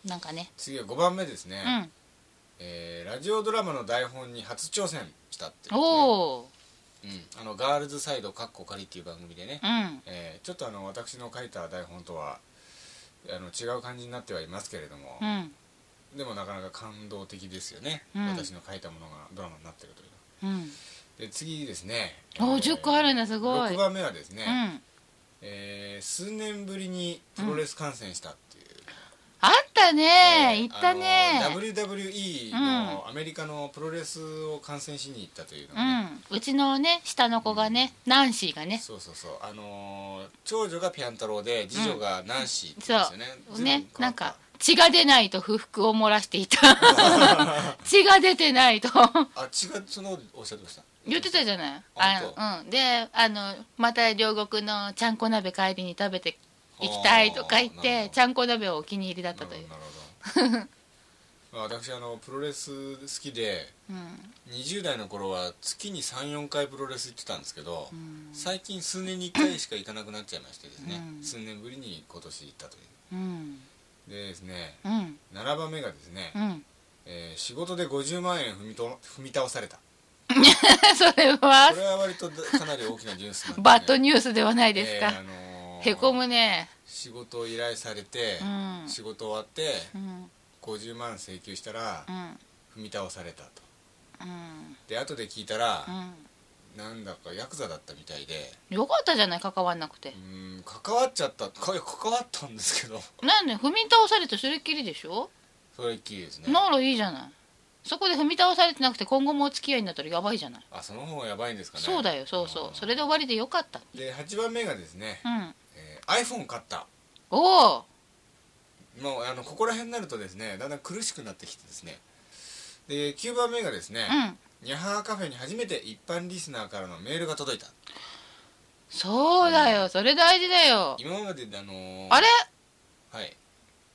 [SPEAKER 2] なんかね
[SPEAKER 1] 次は5番目ですね、
[SPEAKER 2] うん
[SPEAKER 1] えーラジオドラマの台本に初挑戦したっていうね、
[SPEAKER 2] おお
[SPEAKER 1] うんあのガールズサイドかっこ仮っていう番組でね、
[SPEAKER 2] うん
[SPEAKER 1] えーちょっとあの私の書いた台本とはあの違う感じになってはいますけれども
[SPEAKER 2] う、ん
[SPEAKER 1] でもなかなか感動的ですよね、
[SPEAKER 2] うん
[SPEAKER 1] 私の書いたものがドラマになってるという
[SPEAKER 2] うん
[SPEAKER 1] で次ですね
[SPEAKER 2] お10個あるんだすごい
[SPEAKER 1] 6番目はですね、
[SPEAKER 2] うん
[SPEAKER 1] えー数年ぶりにプロレス観戦したっていう、
[SPEAKER 2] あったね
[SPEAKER 1] えー
[SPEAKER 2] 行った
[SPEAKER 1] あの
[SPEAKER 2] ね
[SPEAKER 1] WWE のアメリカのプロレスを観戦しに行ったというのがね、
[SPEAKER 2] うんうちのね下の子がねナンシーがね
[SPEAKER 1] そうそうそうあのー長女がピャン太郎で次女がナンシーって言うんですよね,随分変わ
[SPEAKER 2] ね
[SPEAKER 1] った、
[SPEAKER 2] なんか血が出ないと不服を漏らして いた血が出てないと
[SPEAKER 1] あ違うそのおっしゃってました
[SPEAKER 2] 言ってたじゃない
[SPEAKER 1] 本当
[SPEAKER 2] あのうんであのまた両国のちゃんこ鍋帰りに食べて行きたいとか言っ
[SPEAKER 1] あーなるほ
[SPEAKER 2] て
[SPEAKER 1] ど
[SPEAKER 2] ちゃんこ鍋をお気に入りだったという
[SPEAKER 1] なるほどなるほどまあ 私あのプロレス好きで
[SPEAKER 2] うん
[SPEAKER 1] 20代の頃は月に34回プロレス行ってたんですけど、
[SPEAKER 2] うん
[SPEAKER 1] 最近数年に1回しか行かなくなっちゃいましてですね、
[SPEAKER 2] うん
[SPEAKER 1] 数年ぶりに今年行ったという
[SPEAKER 2] うん
[SPEAKER 1] でですね
[SPEAKER 2] うん
[SPEAKER 1] 7番目がですね、
[SPEAKER 2] うん
[SPEAKER 1] えー仕事で50万円踏みと踏み倒された
[SPEAKER 2] それ
[SPEAKER 1] こ
[SPEAKER 2] は
[SPEAKER 1] れは割とだかなり大きなニュースなんでね
[SPEAKER 2] バッドニュースではないです
[SPEAKER 1] えーあ
[SPEAKER 2] か
[SPEAKER 1] のー
[SPEAKER 2] へこむね
[SPEAKER 1] 仕事を依頼されて、
[SPEAKER 2] うん
[SPEAKER 1] 仕事終わって
[SPEAKER 2] うん
[SPEAKER 1] 50万請求したら
[SPEAKER 2] うん
[SPEAKER 1] 踏み倒されたと
[SPEAKER 2] うん
[SPEAKER 1] で後で聞いたら、
[SPEAKER 2] う
[SPEAKER 1] なんだかヤクザだったみたいで
[SPEAKER 2] んよかったじゃない関わんなくて
[SPEAKER 1] うーん関わっちゃったかいや関わったんですけど
[SPEAKER 2] なんで踏み倒されてそれっきりでしょ
[SPEAKER 1] そうそれっきりですね
[SPEAKER 2] ノーロいいじゃないそこで踏み倒されてなくて今後もお付き合いになったらやばいじゃない、
[SPEAKER 1] あその方がやばいんですかね
[SPEAKER 2] そうだよそうそう
[SPEAKER 1] あー
[SPEAKER 2] それで終わりでよかった
[SPEAKER 1] で8番目がですね、
[SPEAKER 2] うん
[SPEAKER 1] えー iPhone 買った
[SPEAKER 2] おお
[SPEAKER 1] もうあのここら辺になるとですねだんだん苦しくなってきてですねで9番目がですね
[SPEAKER 2] う、ん
[SPEAKER 1] ニャハーカフェに初めて一般リスナーからのメールが届いた
[SPEAKER 2] そうだよそれ大事だよ
[SPEAKER 1] 今までであのー
[SPEAKER 2] あれ
[SPEAKER 1] はい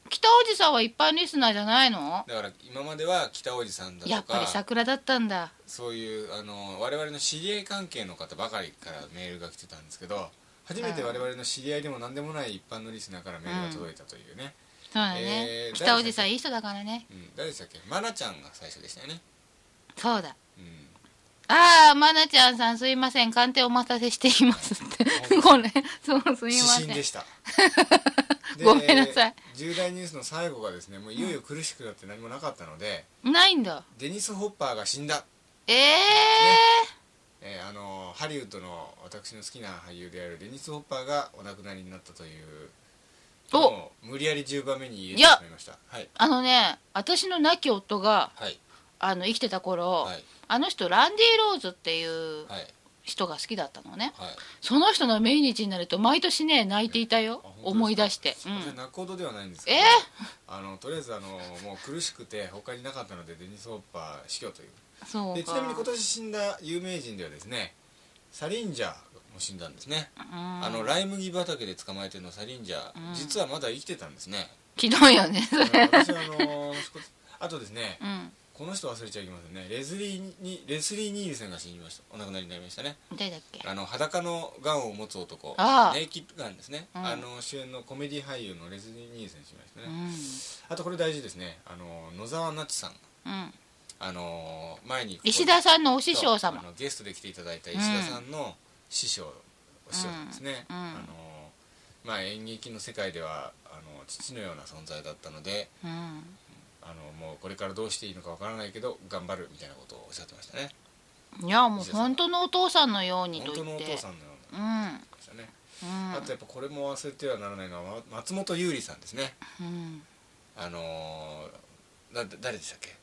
[SPEAKER 2] 北おじさんは一般リスナーじゃないの
[SPEAKER 1] だから今までは北おじさんだ
[SPEAKER 2] やっ
[SPEAKER 1] と
[SPEAKER 2] ぱり
[SPEAKER 1] か
[SPEAKER 2] 桜だったんだ
[SPEAKER 1] そういうあのー我々の知り合い関係の方ばかりからメールが来てたんですけど初めて我々の知り合いでも何でもない一般のリスナーからメールが届いたというね、
[SPEAKER 2] そうだね、
[SPEAKER 1] えー
[SPEAKER 2] 北おじさんいい人だからね
[SPEAKER 1] うん誰でしたっけマナちゃんが最初でしたよね、
[SPEAKER 2] そうだ
[SPEAKER 1] うん、
[SPEAKER 2] ああまなちゃんさんすいません鑑定お待たせしていますって これそうすいませ
[SPEAKER 1] 指針
[SPEAKER 2] ん
[SPEAKER 1] でした
[SPEAKER 2] ごめんなさい
[SPEAKER 1] 重大ニュースの最後がですねもういよいよ苦しくなって何もなかったので、
[SPEAKER 2] ないんだ
[SPEAKER 1] デニス・ホッパーが死んだ、
[SPEAKER 2] え
[SPEAKER 1] えーあのハリウッドの私の好きな俳優であるデニス・ホッパーがお亡くなりになったという
[SPEAKER 2] お
[SPEAKER 1] もう無理やり10番目に入れてしまいましたはい
[SPEAKER 2] ー、あのね私の亡き夫が
[SPEAKER 1] はい
[SPEAKER 2] あの生きてた頃、
[SPEAKER 1] はい
[SPEAKER 2] あの人ランディ・ローズっていう
[SPEAKER 1] はい
[SPEAKER 2] 人が好きだったのね
[SPEAKER 1] はい
[SPEAKER 2] その人の命日になると毎年ね泣いていたよ
[SPEAKER 1] あ本当ですか
[SPEAKER 2] 思い出して、うん、
[SPEAKER 1] 私は泣くほどではないんですけど、
[SPEAKER 2] え
[SPEAKER 1] あのとりあえずあのもう苦しくて他になかったのでデニス・ホッパー死去という
[SPEAKER 2] ーそうか
[SPEAKER 1] でちなみに今年死んだ有名人ではですねサリンジャーも死んだんですね、
[SPEAKER 2] うん
[SPEAKER 1] あのライ麦畑で捕まえてるのサリンジャー、
[SPEAKER 2] うん
[SPEAKER 1] 実はまだ生きてたんですね、
[SPEAKER 2] ひどいよねそ
[SPEAKER 1] だから
[SPEAKER 2] れ
[SPEAKER 1] 私はあのー少しあとですね
[SPEAKER 2] うん
[SPEAKER 1] この人忘れちゃいけませんねレズリーにレスリー・ニールセンが死にましたお亡くなりになりましたね
[SPEAKER 2] 誰だっけ
[SPEAKER 1] あの裸のがんを持つ男
[SPEAKER 2] ああ
[SPEAKER 1] ネイキッドガンですね、
[SPEAKER 2] うん
[SPEAKER 1] あの主演のコメディ俳優のレズリー・ニールセン死にましたね、
[SPEAKER 2] うん
[SPEAKER 1] あとこれ大事ですねあの野沢那智さん
[SPEAKER 2] うん
[SPEAKER 1] あのー前にここ
[SPEAKER 2] 石田さんのお師匠
[SPEAKER 1] あ
[SPEAKER 2] 様
[SPEAKER 1] のゲストで来ていただいた石田さんの師匠、お師匠さんですね、
[SPEAKER 2] うんうん
[SPEAKER 1] あのまあ演劇の世界ではあの父のような存在だったので
[SPEAKER 2] うん
[SPEAKER 1] あのもうこれからどうしていいのかわからないけど頑張るみたいなことをおっしゃってましたね
[SPEAKER 2] いやもう本当のお父さんのように
[SPEAKER 1] 本
[SPEAKER 2] と
[SPEAKER 1] 当
[SPEAKER 2] 言
[SPEAKER 1] の
[SPEAKER 2] っ
[SPEAKER 1] お
[SPEAKER 2] て
[SPEAKER 1] 父さんのような
[SPEAKER 2] うん
[SPEAKER 1] でしたね、
[SPEAKER 2] うん
[SPEAKER 1] あとやっぱこれも忘れてはならないのはま松本優里さんですね
[SPEAKER 2] うん
[SPEAKER 1] あのーだ誰でしたっけ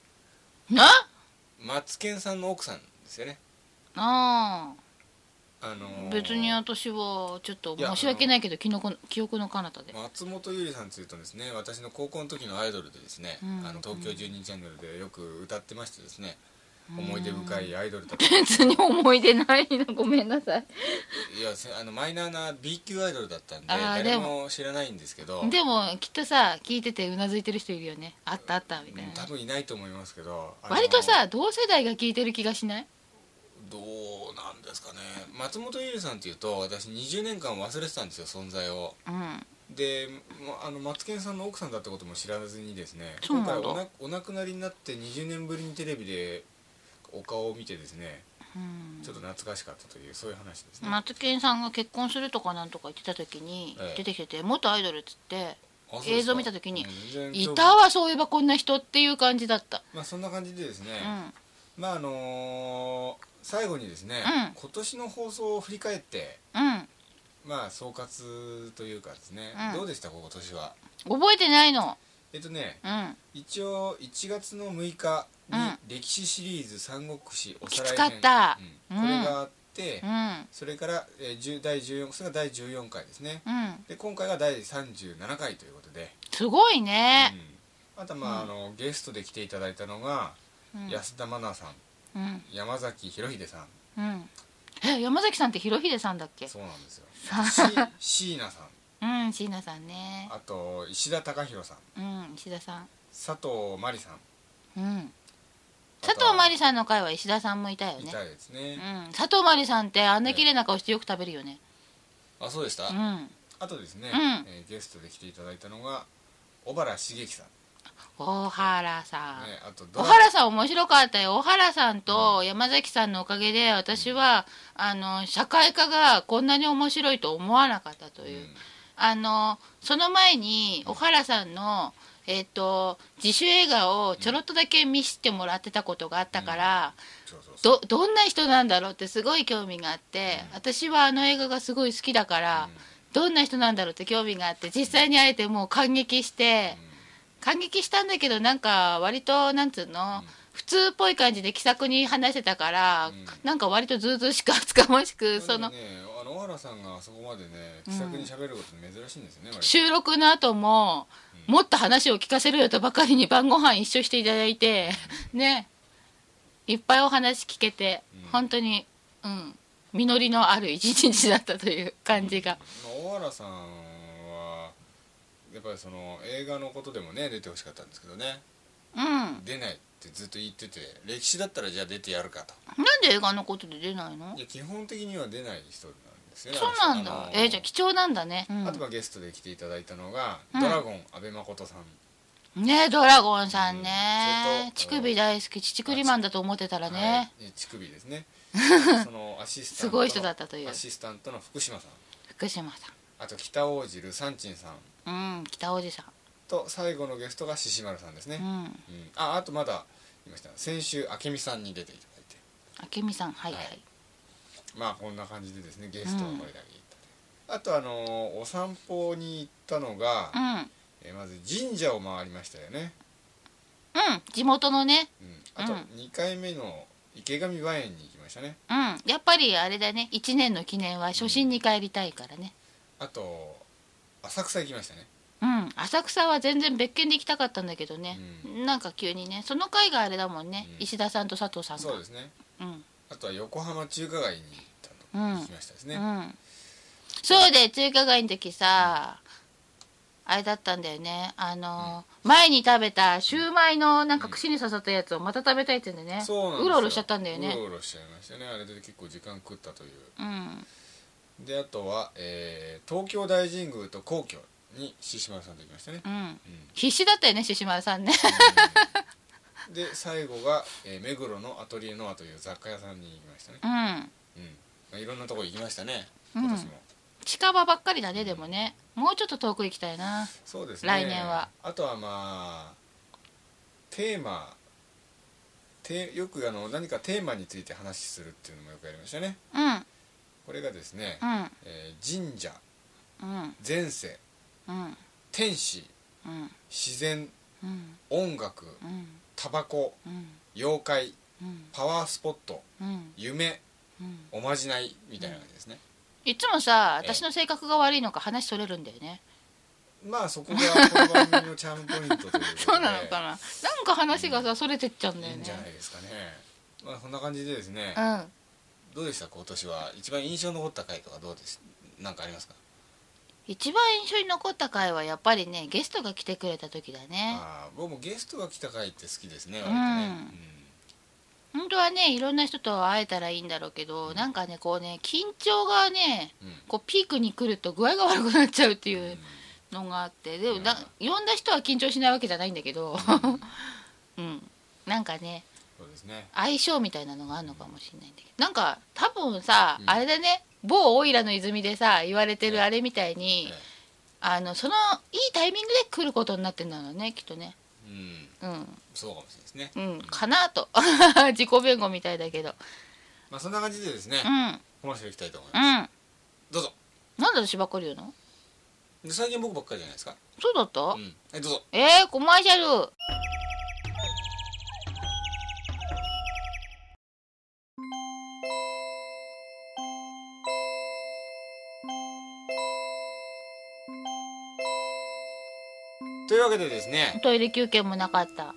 [SPEAKER 2] な
[SPEAKER 1] マツケンさんの奥さんですよね
[SPEAKER 2] あ
[SPEAKER 1] あの
[SPEAKER 2] あ
[SPEAKER 1] ー
[SPEAKER 2] 別に私はちょっと申し訳ないけど記憶の 記憶の彼方で
[SPEAKER 1] 松本ゆりさんというとですね私の高校の時のアイドルでですね、
[SPEAKER 2] うん
[SPEAKER 1] あの東京12チャンネルでよく歌ってましてですね、
[SPEAKER 2] うん
[SPEAKER 1] 思い出深いアイドルだ った
[SPEAKER 2] 別に思い出ないのごめんなさい
[SPEAKER 1] いやせあのマイナーな B 級アイドルだったんで
[SPEAKER 2] あー
[SPEAKER 1] 誰
[SPEAKER 2] で
[SPEAKER 1] も知らないんですけど
[SPEAKER 2] でもきっとさ聞いててうなずいてる人いるよねあったあったみたい
[SPEAKER 1] うん
[SPEAKER 2] な
[SPEAKER 1] 多分いないと思いますけどあの
[SPEAKER 2] 割とさ同世代が聞いてる気がしない
[SPEAKER 1] どうなんですかね松本ゆりさんというと私20年間忘れてたんですよ存在を
[SPEAKER 2] うん
[SPEAKER 1] でもうあのマツケンさんの奥さんだってことも知らずにですね
[SPEAKER 2] そう
[SPEAKER 1] 今
[SPEAKER 2] なんだ
[SPEAKER 1] 回おなお亡くなりになって20年ぶりにテレビでお顔を見てですね
[SPEAKER 2] うん
[SPEAKER 1] ちょっと懐かしかったというそういう話ですね、
[SPEAKER 2] マツケンさんが結婚するとかなんとか言ってた時に
[SPEAKER 1] ええ
[SPEAKER 2] 出てきてて元アイドルっつって
[SPEAKER 1] あそうですか
[SPEAKER 2] 映像見た時に
[SPEAKER 1] うん全然
[SPEAKER 2] い
[SPEAKER 1] 興味
[SPEAKER 2] たわそういえばこんな人っていう感じだった
[SPEAKER 1] まあそんな感じでですね、
[SPEAKER 2] うん
[SPEAKER 1] まああのー最後にですね、
[SPEAKER 2] うん
[SPEAKER 1] 今年の放送を振り返って
[SPEAKER 2] うん
[SPEAKER 1] まあ総括というかですね、
[SPEAKER 2] うん
[SPEAKER 1] どうでした今年は
[SPEAKER 2] 覚えてないの
[SPEAKER 1] えっとね
[SPEAKER 2] うん
[SPEAKER 1] 一応1月の6日に
[SPEAKER 2] うん
[SPEAKER 1] 歴史シリーズ「三国志お
[SPEAKER 2] き
[SPEAKER 1] さらい
[SPEAKER 2] つ
[SPEAKER 1] 編」
[SPEAKER 2] かった
[SPEAKER 1] うんこれがあって、
[SPEAKER 2] うん
[SPEAKER 1] それから、えー10第14それが第14回ですね
[SPEAKER 2] うん
[SPEAKER 1] で今回が第37回ということで、
[SPEAKER 2] すごいね
[SPEAKER 1] うんあとまあ,、あのゲストで来ていただいたのが
[SPEAKER 2] うん
[SPEAKER 1] 安田愛菜さん
[SPEAKER 2] うん
[SPEAKER 1] 山崎博秀さん
[SPEAKER 2] うんえ山崎さんって広秀さんだっけ
[SPEAKER 1] そうなんですよ
[SPEAKER 2] さあ
[SPEAKER 1] し椎名さ ん
[SPEAKER 2] うん椎名さんね
[SPEAKER 1] あと石田貴弘さん
[SPEAKER 2] うん石田さん
[SPEAKER 1] 佐藤真理さん
[SPEAKER 2] うん
[SPEAKER 1] あと
[SPEAKER 2] 佐藤真理さんの回は石田さんもいたよ
[SPEAKER 1] い
[SPEAKER 2] ね
[SPEAKER 1] たいです
[SPEAKER 2] う
[SPEAKER 1] ね
[SPEAKER 2] ん佐藤真理さんってあんな綺麗な顔してよく食べるよね
[SPEAKER 1] あそうでした
[SPEAKER 2] うん
[SPEAKER 1] あとですね、
[SPEAKER 2] うん
[SPEAKER 1] えーゲストで来ていただいたのが小原茂樹さん、
[SPEAKER 2] 小原さん
[SPEAKER 1] ね、あとド
[SPEAKER 2] 小
[SPEAKER 1] ラ
[SPEAKER 2] 原さん面白かったよ小原さんと山崎さんのおかげで私はあの社会科がこんなに面白いと思わなかったと
[SPEAKER 1] う
[SPEAKER 2] いう、
[SPEAKER 1] ん
[SPEAKER 2] あのその前に小原さんの、えっと自主映画をちょろっとだけ見せてもらってたことがあったから、
[SPEAKER 1] そうそうそう
[SPEAKER 2] どどんな人なんだろうってすごい興味があって、私はあの映画がすごい好きだから、
[SPEAKER 1] うん
[SPEAKER 2] どんな人なんだろうって興味があって実際に会えてもう感激して、感激したんだけどなんか割となんつうの、
[SPEAKER 1] うん
[SPEAKER 2] 普通っぽい感じで気さくに話してたから、
[SPEAKER 1] うん
[SPEAKER 2] なんか割とずうずうしく厚かましくそ
[SPEAKER 1] まあ
[SPEAKER 2] の
[SPEAKER 1] でもねあの小原さんがあそこまでね気さくに喋ること珍しいんですよね、割と
[SPEAKER 2] 収録の後も、もっと話を聞かせるよとばかりに晩ご飯一緒していただいてねいっぱいお話聞けて、
[SPEAKER 1] うん
[SPEAKER 2] 本当にうん実りのある一日だったという感じが、
[SPEAKER 1] まあ大原さんはやっぱりその映画のことでもね出てほしかったんですけどね
[SPEAKER 2] うん、なん
[SPEAKER 1] 出ないってずっと言ってて歴史だったらじゃあ出てやるかと
[SPEAKER 2] で映画のことで出ないの
[SPEAKER 1] いや基本的には出ない人なんですよね
[SPEAKER 2] そうなん
[SPEAKER 1] あの
[SPEAKER 2] だ
[SPEAKER 1] 人あの
[SPEAKER 2] えーじゃあ貴重なんだね、うん
[SPEAKER 1] あとはゲストで来ていただいたのが、
[SPEAKER 2] うん
[SPEAKER 1] ドラゴン阿部誠さん
[SPEAKER 2] ねドラゴンさん
[SPEAKER 1] う
[SPEAKER 2] ね
[SPEAKER 1] ん、そ
[SPEAKER 2] 乳
[SPEAKER 1] れと
[SPEAKER 2] 首大好き乳首マンだと思ってたらね、
[SPEAKER 1] はい、乳首です ねそのアシスタ
[SPEAKER 2] す
[SPEAKER 1] ントの
[SPEAKER 2] ごい人だったという
[SPEAKER 1] アシスタントの福島さん
[SPEAKER 2] 福島
[SPEAKER 1] あと北大路ルサンチンさん
[SPEAKER 2] さんうん北おじさ
[SPEAKER 1] と最後のゲストが獅子丸さんですね、
[SPEAKER 2] んうん
[SPEAKER 1] うんああとまだいました先週明美さんに出ていただいて
[SPEAKER 2] 明美さんはいは
[SPEAKER 1] はい
[SPEAKER 2] い、
[SPEAKER 1] まあこんな感じでですねゲストはこれだけ行った、あとあのーお散歩に行ったのが、
[SPEAKER 2] うん
[SPEAKER 1] えーまず神社を回りましたよね、
[SPEAKER 2] うん、地元のね、
[SPEAKER 1] うん、あと
[SPEAKER 2] うん
[SPEAKER 1] 2回目の池上和園に行きましたね
[SPEAKER 2] うん、やっぱりあれだね、1年の記念は初心に帰りたいからね。
[SPEAKER 1] あと浅草行きましたね
[SPEAKER 2] うん、浅草は全然別件で行きたかったんだけどね、
[SPEAKER 1] う
[SPEAKER 2] なんか急にね、その回があれだもんね、
[SPEAKER 1] うん
[SPEAKER 2] 石田さんと佐藤さんが。
[SPEAKER 1] そうですね
[SPEAKER 2] うん、
[SPEAKER 1] あとは横浜中華街に行った
[SPEAKER 2] うん
[SPEAKER 1] の行きましたですね、
[SPEAKER 2] うん。そうで、中華街の時さ、あれだったんだよね、あの、前に食べたシューマイのなんか串に刺さったやつをまた食べたいって言うんでね、
[SPEAKER 1] そうなんですよ
[SPEAKER 2] ろうろしちゃったんだよね
[SPEAKER 1] う。ろうろしちゃいましたねあれで結構時間食ったという
[SPEAKER 2] うん、
[SPEAKER 1] であとは、えー東京大神宮と皇居に獅子丸さんと行きましたね、
[SPEAKER 2] うん。
[SPEAKER 1] うん
[SPEAKER 2] 必死だったよね、獅子丸さんね。
[SPEAKER 1] で最後が、えー目黒のアトリエノアという雑貨屋さんに行きましたね、
[SPEAKER 2] うん。
[SPEAKER 1] うんまあ、いろんなとこ行きましたね
[SPEAKER 2] うん
[SPEAKER 1] 今年も、
[SPEAKER 2] 近場ばっかりだねでもねもうちょっと遠く行きたいな
[SPEAKER 1] そうですね
[SPEAKER 2] 来年は
[SPEAKER 1] あとはまあテーマてよくあの何かテーマについて話するっていうのもよくやりましたね
[SPEAKER 2] うん
[SPEAKER 1] これがですね、
[SPEAKER 2] うん
[SPEAKER 1] えー神社
[SPEAKER 2] うん
[SPEAKER 1] 前世
[SPEAKER 2] うん
[SPEAKER 1] 天使
[SPEAKER 2] うん
[SPEAKER 1] 自然
[SPEAKER 2] うん
[SPEAKER 1] 音楽
[SPEAKER 2] うん
[SPEAKER 1] タバコ
[SPEAKER 2] うん
[SPEAKER 1] 妖怪
[SPEAKER 2] うん
[SPEAKER 1] パワースポット
[SPEAKER 2] うん
[SPEAKER 1] 夢
[SPEAKER 2] うん
[SPEAKER 1] おまじないみたいな感じですね、
[SPEAKER 2] いつもさ
[SPEAKER 1] ええ
[SPEAKER 2] 私の性格が悪いのか話それるんだよね
[SPEAKER 1] まあそこがこの番組のチャームポイントということで
[SPEAKER 2] そうなのかななんか話がさそれてっちゃうんだ
[SPEAKER 1] いい
[SPEAKER 2] よ
[SPEAKER 1] ん
[SPEAKER 2] ね
[SPEAKER 1] じゃないですかねまあそんな感じでですね
[SPEAKER 2] うん
[SPEAKER 1] どうでした今年は一番印象に残った回とかどうですなんかありますか
[SPEAKER 2] 一番印象に残った回はやっぱりねゲストが来てくれた時だね
[SPEAKER 1] ああ僕もゲストが来た回って好きですね
[SPEAKER 2] ん
[SPEAKER 1] 割とね
[SPEAKER 2] 本当はねいろんな人と会えたらいいんだろうけどなんかねこうね緊張がね
[SPEAKER 1] うんうん
[SPEAKER 2] こうピークに来ると具合が悪くなっちゃうっていううんのがあってでもな
[SPEAKER 1] うん
[SPEAKER 2] 呼んだ人は緊張しないわけじゃないんだけど、うん、なんかね
[SPEAKER 1] そうです ね
[SPEAKER 2] 相性みたいなのがあるのかもしれないんだけどなんか多分さ、
[SPEAKER 1] うん
[SPEAKER 2] あれだね某オイラの泉でさ言われてるあれみたいに、
[SPEAKER 1] ええ
[SPEAKER 2] あのそのいいタイミングで来ることになってんだろうねきっとね
[SPEAKER 1] うん
[SPEAKER 2] うん
[SPEAKER 1] そうかもしれないですね
[SPEAKER 2] うんかなと 自己弁護みたいだけど
[SPEAKER 1] まあそんな感じでですね
[SPEAKER 2] うんうん
[SPEAKER 1] コマーシャルいきたいと思います
[SPEAKER 2] なん
[SPEAKER 1] どうぞ
[SPEAKER 2] で私ばっかり言うの
[SPEAKER 1] で最近僕ばっかりじゃないですか
[SPEAKER 2] そうだった、
[SPEAKER 1] うんはいどうぞ
[SPEAKER 2] えー、コマーシャル
[SPEAKER 1] というわけでですね
[SPEAKER 2] トイレ休憩もなかった
[SPEAKER 1] はい、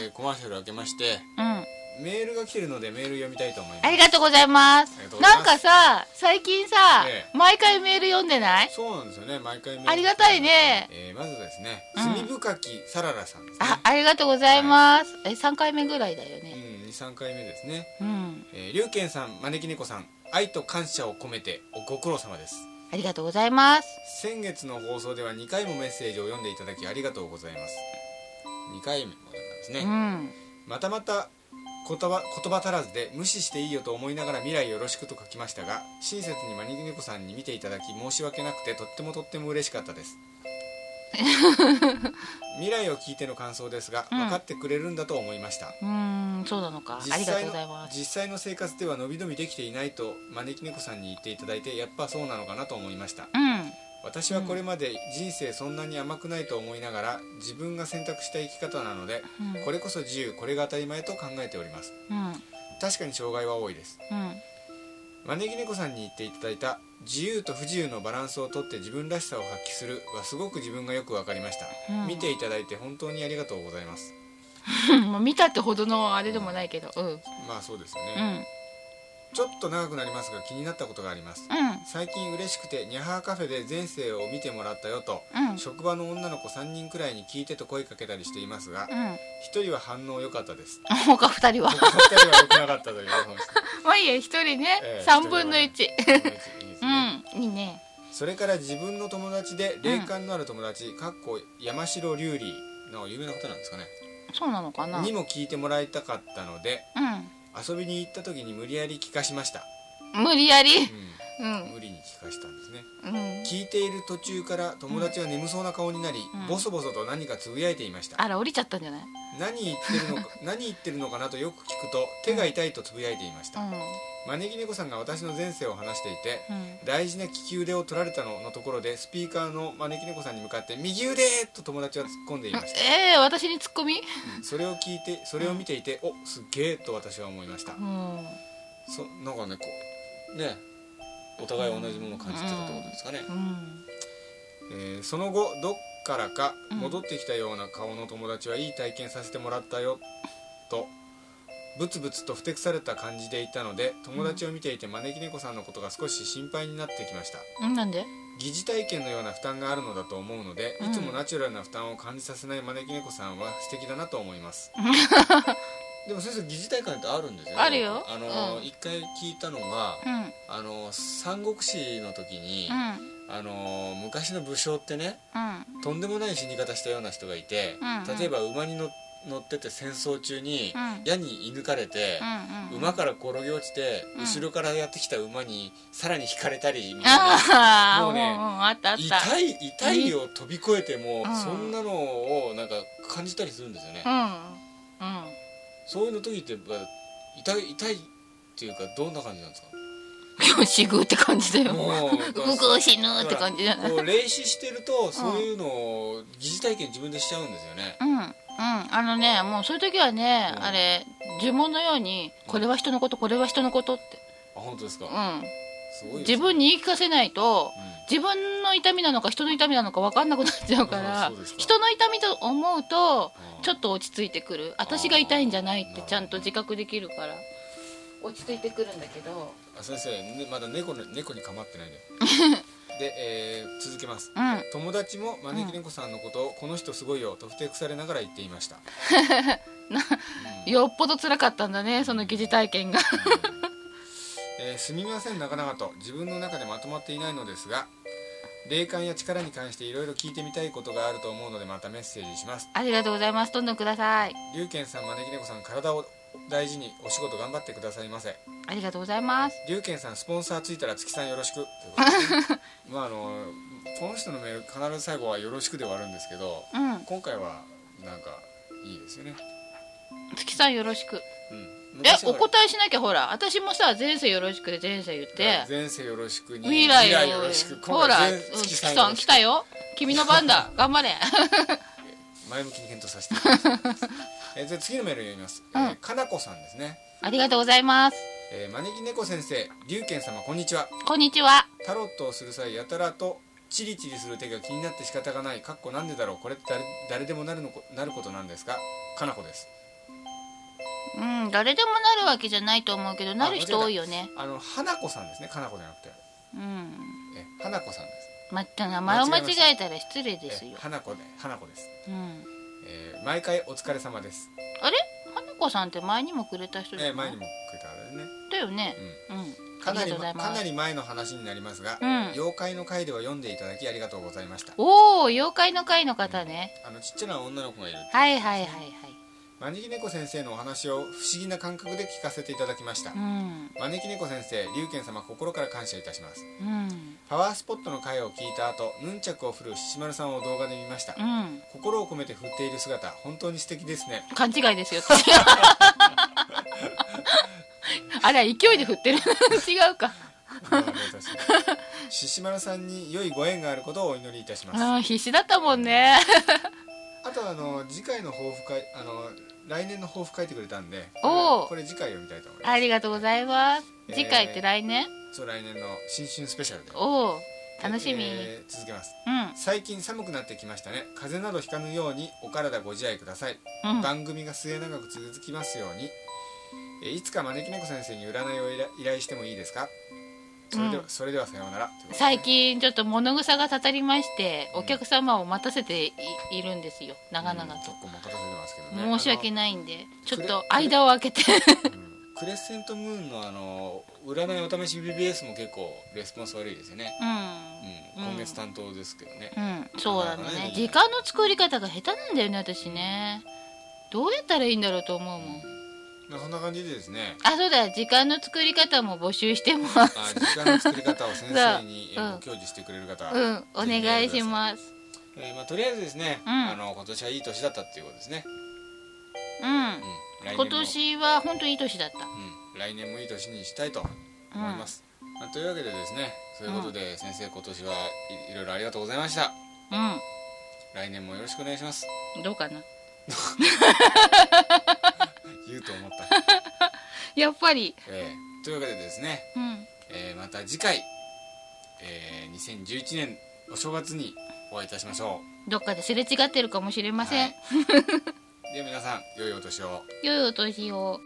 [SPEAKER 1] えーコマーシャル開けまして
[SPEAKER 2] うん
[SPEAKER 1] メールが来てるのでメール読みたいと思います
[SPEAKER 2] ありがとうございます
[SPEAKER 1] ありがとうござい
[SPEAKER 2] な
[SPEAKER 1] ま
[SPEAKER 2] ん
[SPEAKER 1] す
[SPEAKER 2] かさ最近さ、
[SPEAKER 1] え
[SPEAKER 2] 毎回メール読んでない
[SPEAKER 1] そうなんですよね毎回メール
[SPEAKER 2] ありがたいね
[SPEAKER 1] えーまずですね
[SPEAKER 2] うん
[SPEAKER 1] 罪深きさららさんですね
[SPEAKER 2] あありがとうございます、え3回目ぐらいだよ
[SPEAKER 1] うん
[SPEAKER 2] ね
[SPEAKER 1] 23回目ですね
[SPEAKER 2] うん
[SPEAKER 1] えーりゅうけんさん招き猫さん愛と感謝を込めておご苦労様です
[SPEAKER 2] ありがとうございます
[SPEAKER 1] 先月の放送では2回もメッセージを読んでいただきありがとうございます2回目なんです
[SPEAKER 2] う
[SPEAKER 1] ね、
[SPEAKER 2] ん
[SPEAKER 1] またまた言葉言葉足らずで無視していいよと思いながら未来よろしくと書きましたが親切に招き猫さんに見ていただき申し訳なくてとってもとっても嬉しかったです 未来を聞いての感想ですが
[SPEAKER 2] うん
[SPEAKER 1] 分かってくれるんだと思いました、
[SPEAKER 2] うーんそうなのかありがとうございます
[SPEAKER 1] 実際の生活では伸び伸びできていないと招き猫さんに言っていただいてやっぱそうなのかなと思いました
[SPEAKER 2] うん
[SPEAKER 1] 私はこれまで人生そんなに甘くないと思いながら自分が選択した生き方なので
[SPEAKER 2] うん
[SPEAKER 1] これこそ自由これが当たり前と考えております
[SPEAKER 2] うん
[SPEAKER 1] 確かに障害は多いです
[SPEAKER 2] うん
[SPEAKER 1] 招き猫さんに言っていただいた自由と不自由のバランスをとって自分らしさを発揮するはすごく自分がよくわかりました、
[SPEAKER 2] うん
[SPEAKER 1] 見ていただいて本当にありがとうございます
[SPEAKER 2] うんもう見たってほどのあれでもないけどうんうん
[SPEAKER 1] まあそうですよ
[SPEAKER 2] う
[SPEAKER 1] ね、
[SPEAKER 2] ん
[SPEAKER 1] ちょっと長くなりますが気になったことがあります最近嬉しくてニャハーカフェで前世を見てもらったよと
[SPEAKER 2] うん
[SPEAKER 1] 職場の女の子3人くらいに聞いてと声かけたりしていますが
[SPEAKER 2] うん
[SPEAKER 1] 1人は反応良かったです
[SPEAKER 2] 他二人は
[SPEAKER 1] 他2人は良くなかったという話
[SPEAKER 2] まあいいや一人
[SPEAKER 1] え
[SPEAKER 2] ね
[SPEAKER 1] え
[SPEAKER 2] 三分の一
[SPEAKER 1] いいです
[SPEAKER 2] う
[SPEAKER 1] ね
[SPEAKER 2] んいいね
[SPEAKER 1] それから自分の友達で霊感のある友達、かっこ山城龍里の有名な方なんですかね
[SPEAKER 2] そうなのかなうん
[SPEAKER 1] にも聞いてもらいたかったので遊びに行った時に無理やり聞かしました、
[SPEAKER 2] 無理やり
[SPEAKER 1] う
[SPEAKER 2] うん
[SPEAKER 1] ん、無理に聞かしたんですね
[SPEAKER 2] うん
[SPEAKER 1] 聞いている途中から友達は眠そうな顔になり、
[SPEAKER 2] うん
[SPEAKER 1] ボソボソと何かつぶやいていました、
[SPEAKER 2] あら降りちゃったんじゃない
[SPEAKER 1] 何言って るのか何言ってるのかなとよく聞くと手が痛いとつぶやいていました、招き猫さんが私の前世を話していて
[SPEAKER 2] うんうん
[SPEAKER 1] 大事な利き腕を取られたののところでスピーカーの招き猫さんに向かって「右腕!」と友達は突っ込んでいました
[SPEAKER 2] ええ私にツッコミ
[SPEAKER 1] それを聞いてそれを見ていて「おすげえ!」と私は思いました
[SPEAKER 2] うん
[SPEAKER 1] そなんかねこうねお互い同じものを感じてたってことですかね
[SPEAKER 2] う、ん
[SPEAKER 1] えーその後どっからか
[SPEAKER 2] うん
[SPEAKER 1] 戻ってきたような顔の友達はいい体験させてもらったよとブツブツとふてくされた感じでいたので友達を見ていて招き猫さんのことが少し心配になってきました
[SPEAKER 2] うんなんで
[SPEAKER 1] 疑似体験のような負担があるのだと思うので、
[SPEAKER 2] うん
[SPEAKER 1] いつもナチュラルな負担を感じさせない招き猫さんは素敵だなと思います でも先生疑似体験ってあるんですよね
[SPEAKER 2] あるよ
[SPEAKER 1] あの、
[SPEAKER 2] うん
[SPEAKER 1] 一回聞いたのが
[SPEAKER 2] うんうん
[SPEAKER 1] あの三国志の時に、あの昔の武将ってね
[SPEAKER 2] うん
[SPEAKER 1] とんでもない死に方したような人がいて、
[SPEAKER 2] うんうん
[SPEAKER 1] 例えば馬にの乗ってて戦争中に、
[SPEAKER 2] うん
[SPEAKER 1] 矢に射抜かれて、
[SPEAKER 2] うんうん
[SPEAKER 1] 馬から転げ落ちて、
[SPEAKER 2] うん
[SPEAKER 1] 後ろからやってきた馬にさらに引かれたりみたいな
[SPEAKER 2] ああ
[SPEAKER 1] も
[SPEAKER 2] も
[SPEAKER 1] う
[SPEAKER 2] う
[SPEAKER 1] ね
[SPEAKER 2] うんあったあった
[SPEAKER 1] 痛い痛いを飛び越えても、
[SPEAKER 2] うん
[SPEAKER 1] そんなのをなんか感じたりするんですよね、
[SPEAKER 2] うんうん
[SPEAKER 1] そういうの時ってやっぱ痛い痛いっていうかどんな感じなん ですか
[SPEAKER 2] 今日死ぐって感じだよ
[SPEAKER 1] もう
[SPEAKER 2] うぐ死ぬって感じじゃない
[SPEAKER 1] こう霊視してるとそういうのを疑似体験自分でしちゃうんですよね、
[SPEAKER 2] うんうんあのねもうそういう時はね、
[SPEAKER 1] うん
[SPEAKER 2] あれ呪文のように「これは人のことこれは人のこと」って、
[SPEAKER 1] あ本当ですか、
[SPEAKER 2] う
[SPEAKER 1] すご
[SPEAKER 2] ん、
[SPEAKER 1] いです
[SPEAKER 2] 自分に言い聞かせないと
[SPEAKER 1] うん
[SPEAKER 2] 自分の痛みなのか人の痛みなのか分かんなくなっちゃうか
[SPEAKER 1] あ
[SPEAKER 2] ら
[SPEAKER 1] そうですか
[SPEAKER 2] 人の痛みと思うと
[SPEAKER 1] あー
[SPEAKER 2] ちょっと落ち着いてくる私が痛いんじゃないって
[SPEAKER 1] あー
[SPEAKER 2] ちゃんと自覚できるから落ち着いてくるんだけど
[SPEAKER 1] あ先生、ね、まだ猫の猫に構ってないでで、えー続けます
[SPEAKER 2] うん
[SPEAKER 1] 友達も招き猫さんのことを、この人すごいよとふてくされながら言っていました、うん
[SPEAKER 2] よっぽど辛かったんだねその疑似体験が
[SPEAKER 1] えーすみませんなかなかと自分の中でまとまっていないのですが霊感や力に関していろいろ聞いてみたいことがあると思うのでまたメッセージします
[SPEAKER 2] ありがとうございますどんどんください
[SPEAKER 1] 龍賢さん招き猫さん体を大事にお仕事頑張ってくださいませ
[SPEAKER 2] ありがとうございます
[SPEAKER 1] 龍賢さんスポンサーついたら月さんよろしくと いうことでまああのこの人のメール必ず最後は「よろしく」で終わるんですけど
[SPEAKER 2] うん
[SPEAKER 1] 今回はなんかいいですよね、
[SPEAKER 2] 月さんよろしく
[SPEAKER 1] うん、
[SPEAKER 2] え
[SPEAKER 1] 昔は
[SPEAKER 2] お
[SPEAKER 1] ほら
[SPEAKER 2] 答えしなきゃほら私もさ前世よろしくで前世言って
[SPEAKER 1] 前世よろしくに
[SPEAKER 2] 未来
[SPEAKER 1] 未来
[SPEAKER 2] を
[SPEAKER 1] よろしく今
[SPEAKER 2] ほら
[SPEAKER 1] 回
[SPEAKER 2] うん
[SPEAKER 1] 前月
[SPEAKER 2] 月
[SPEAKER 1] さんよ
[SPEAKER 2] さ
[SPEAKER 1] ろ
[SPEAKER 2] ん
[SPEAKER 1] し
[SPEAKER 2] 来
[SPEAKER 1] く
[SPEAKER 2] たよ君の番だ頑張れ
[SPEAKER 1] 前向きに検討させてい ただきます。えーじゃあ次のメール読みます。えー
[SPEAKER 2] うん
[SPEAKER 1] かなこさんですね。
[SPEAKER 2] ありがとうございます
[SPEAKER 1] えー、招き猫先生、龍賢様こんにちは。
[SPEAKER 2] こんにちは
[SPEAKER 1] タロットをする際やたらとチリチリする手が気になって仕方がない。かっこなんでだろう。これって誰誰でもなるのこなることなんですか。かなこです。
[SPEAKER 2] うん誰でもなるわけじゃないと思うけどなる人多いよね
[SPEAKER 1] あの花子さんですね。かなこじゃなくて、
[SPEAKER 2] うん
[SPEAKER 1] えー花子さんです。
[SPEAKER 2] また名前を間違えたら失礼
[SPEAKER 1] え
[SPEAKER 2] ですよ
[SPEAKER 1] ー、花子で花子です。
[SPEAKER 2] うん
[SPEAKER 1] えー毎回お疲れ様です。
[SPEAKER 2] あれ花子さんって前にもくれた人じ
[SPEAKER 1] え
[SPEAKER 2] ゃ
[SPEAKER 1] ー
[SPEAKER 2] な
[SPEAKER 1] 前
[SPEAKER 2] い
[SPEAKER 1] にもくれたからね。
[SPEAKER 2] だよね
[SPEAKER 1] うん。
[SPEAKER 2] うんあ
[SPEAKER 1] かな
[SPEAKER 2] りが
[SPEAKER 1] り
[SPEAKER 2] とうござい
[SPEAKER 1] か
[SPEAKER 2] ま
[SPEAKER 1] な
[SPEAKER 2] す
[SPEAKER 1] り前の話になりますが、
[SPEAKER 2] うん
[SPEAKER 1] 妖怪の回では読んでいただきありがとうございました
[SPEAKER 2] おお妖怪の会の方ね
[SPEAKER 1] あのちっちゃな女の子がいる
[SPEAKER 2] はいはいはいはい
[SPEAKER 1] 招き猫先生のお話を不思議な感覚で聞かせていただきました、
[SPEAKER 2] うん
[SPEAKER 1] 招き猫先生龍賢様心から感謝いたします
[SPEAKER 2] うん
[SPEAKER 1] パワースポットの回を聞いた後ヌンチャクを振る七丸さんを動画で見ました、
[SPEAKER 2] うん
[SPEAKER 1] 心を込めて振っている姿本当に素敵ですね
[SPEAKER 2] 勘違いですよ あれは勢いで振ってる違うか
[SPEAKER 1] 私獅子丸さんに良いご縁があることをお祈りいたします
[SPEAKER 2] あー必死だったもん ね
[SPEAKER 1] あとあの次回の抱負会あの来年の抱負書いてくれたんで
[SPEAKER 2] おー
[SPEAKER 1] これ次回読みたいと思います
[SPEAKER 2] ありがとうございます
[SPEAKER 1] えー
[SPEAKER 2] 次回って来年、
[SPEAKER 1] そう来年の新春スペシャルで
[SPEAKER 2] おお楽しみに、
[SPEAKER 1] えー続けます
[SPEAKER 2] うん
[SPEAKER 1] 最近寒くなってきましたね風邪などひかぬようにお体ご自愛ください、
[SPEAKER 2] うん
[SPEAKER 1] 番組が末永く続きますようにえーいつか招き猫先生に占いを依頼依頼してもいいですかそれでは、
[SPEAKER 2] う
[SPEAKER 1] それではさようなら
[SPEAKER 2] 最近ちょっと物草がたたりまして
[SPEAKER 1] うん
[SPEAKER 2] お客様を待たせていいるんですよ長々
[SPEAKER 1] 結、
[SPEAKER 2] と
[SPEAKER 1] 構任せてますけどね
[SPEAKER 2] 申し訳
[SPEAKER 1] ない、
[SPEAKER 2] ないんでちょっ
[SPEAKER 1] そ
[SPEAKER 2] と
[SPEAKER 1] れ
[SPEAKER 2] 間を空 けて
[SPEAKER 1] うんクレッセントムーンのあの占いお試し BBS も結構レスポンス悪いですよね、
[SPEAKER 2] う
[SPEAKER 1] うん
[SPEAKER 2] ん、
[SPEAKER 1] 今月担当ですけどね、
[SPEAKER 2] うん、そうなの
[SPEAKER 1] なかなか
[SPEAKER 2] ね
[SPEAKER 1] ね
[SPEAKER 2] 時間の作り方が下手なんだよね私ねどうやったらいいんだろうと思うもん
[SPEAKER 1] まあ、そんな感じでですね
[SPEAKER 2] あそうだ時間の作り方も募集してます
[SPEAKER 1] あ時間の作り方を先生にえ
[SPEAKER 2] そう
[SPEAKER 1] ーご教示してくれる方、
[SPEAKER 2] うんお願いします
[SPEAKER 1] えーまあ、とりあえずですね、
[SPEAKER 2] うん
[SPEAKER 1] あの今年はいい年だったっていうことですね、うん、来年
[SPEAKER 2] うん
[SPEAKER 1] も
[SPEAKER 2] 今年は本当いい年だった
[SPEAKER 1] うん、来年もいい年にしたいと思います、まあ、というわけでですねそういうことで先生今年はいいろいろありがとうございました
[SPEAKER 2] う
[SPEAKER 1] 来年もよろしくお願いします
[SPEAKER 2] んどうかな
[SPEAKER 1] 言うと思った、
[SPEAKER 2] やっぱり
[SPEAKER 1] えーというわけでですね、
[SPEAKER 2] うん
[SPEAKER 1] えーまた次回、えー2011年お正月にお会いいたしましょ
[SPEAKER 2] どっかですれ違ってるかもしれ
[SPEAKER 1] う
[SPEAKER 2] ません、
[SPEAKER 1] はいでは皆さん良いお年を
[SPEAKER 2] 良いお年を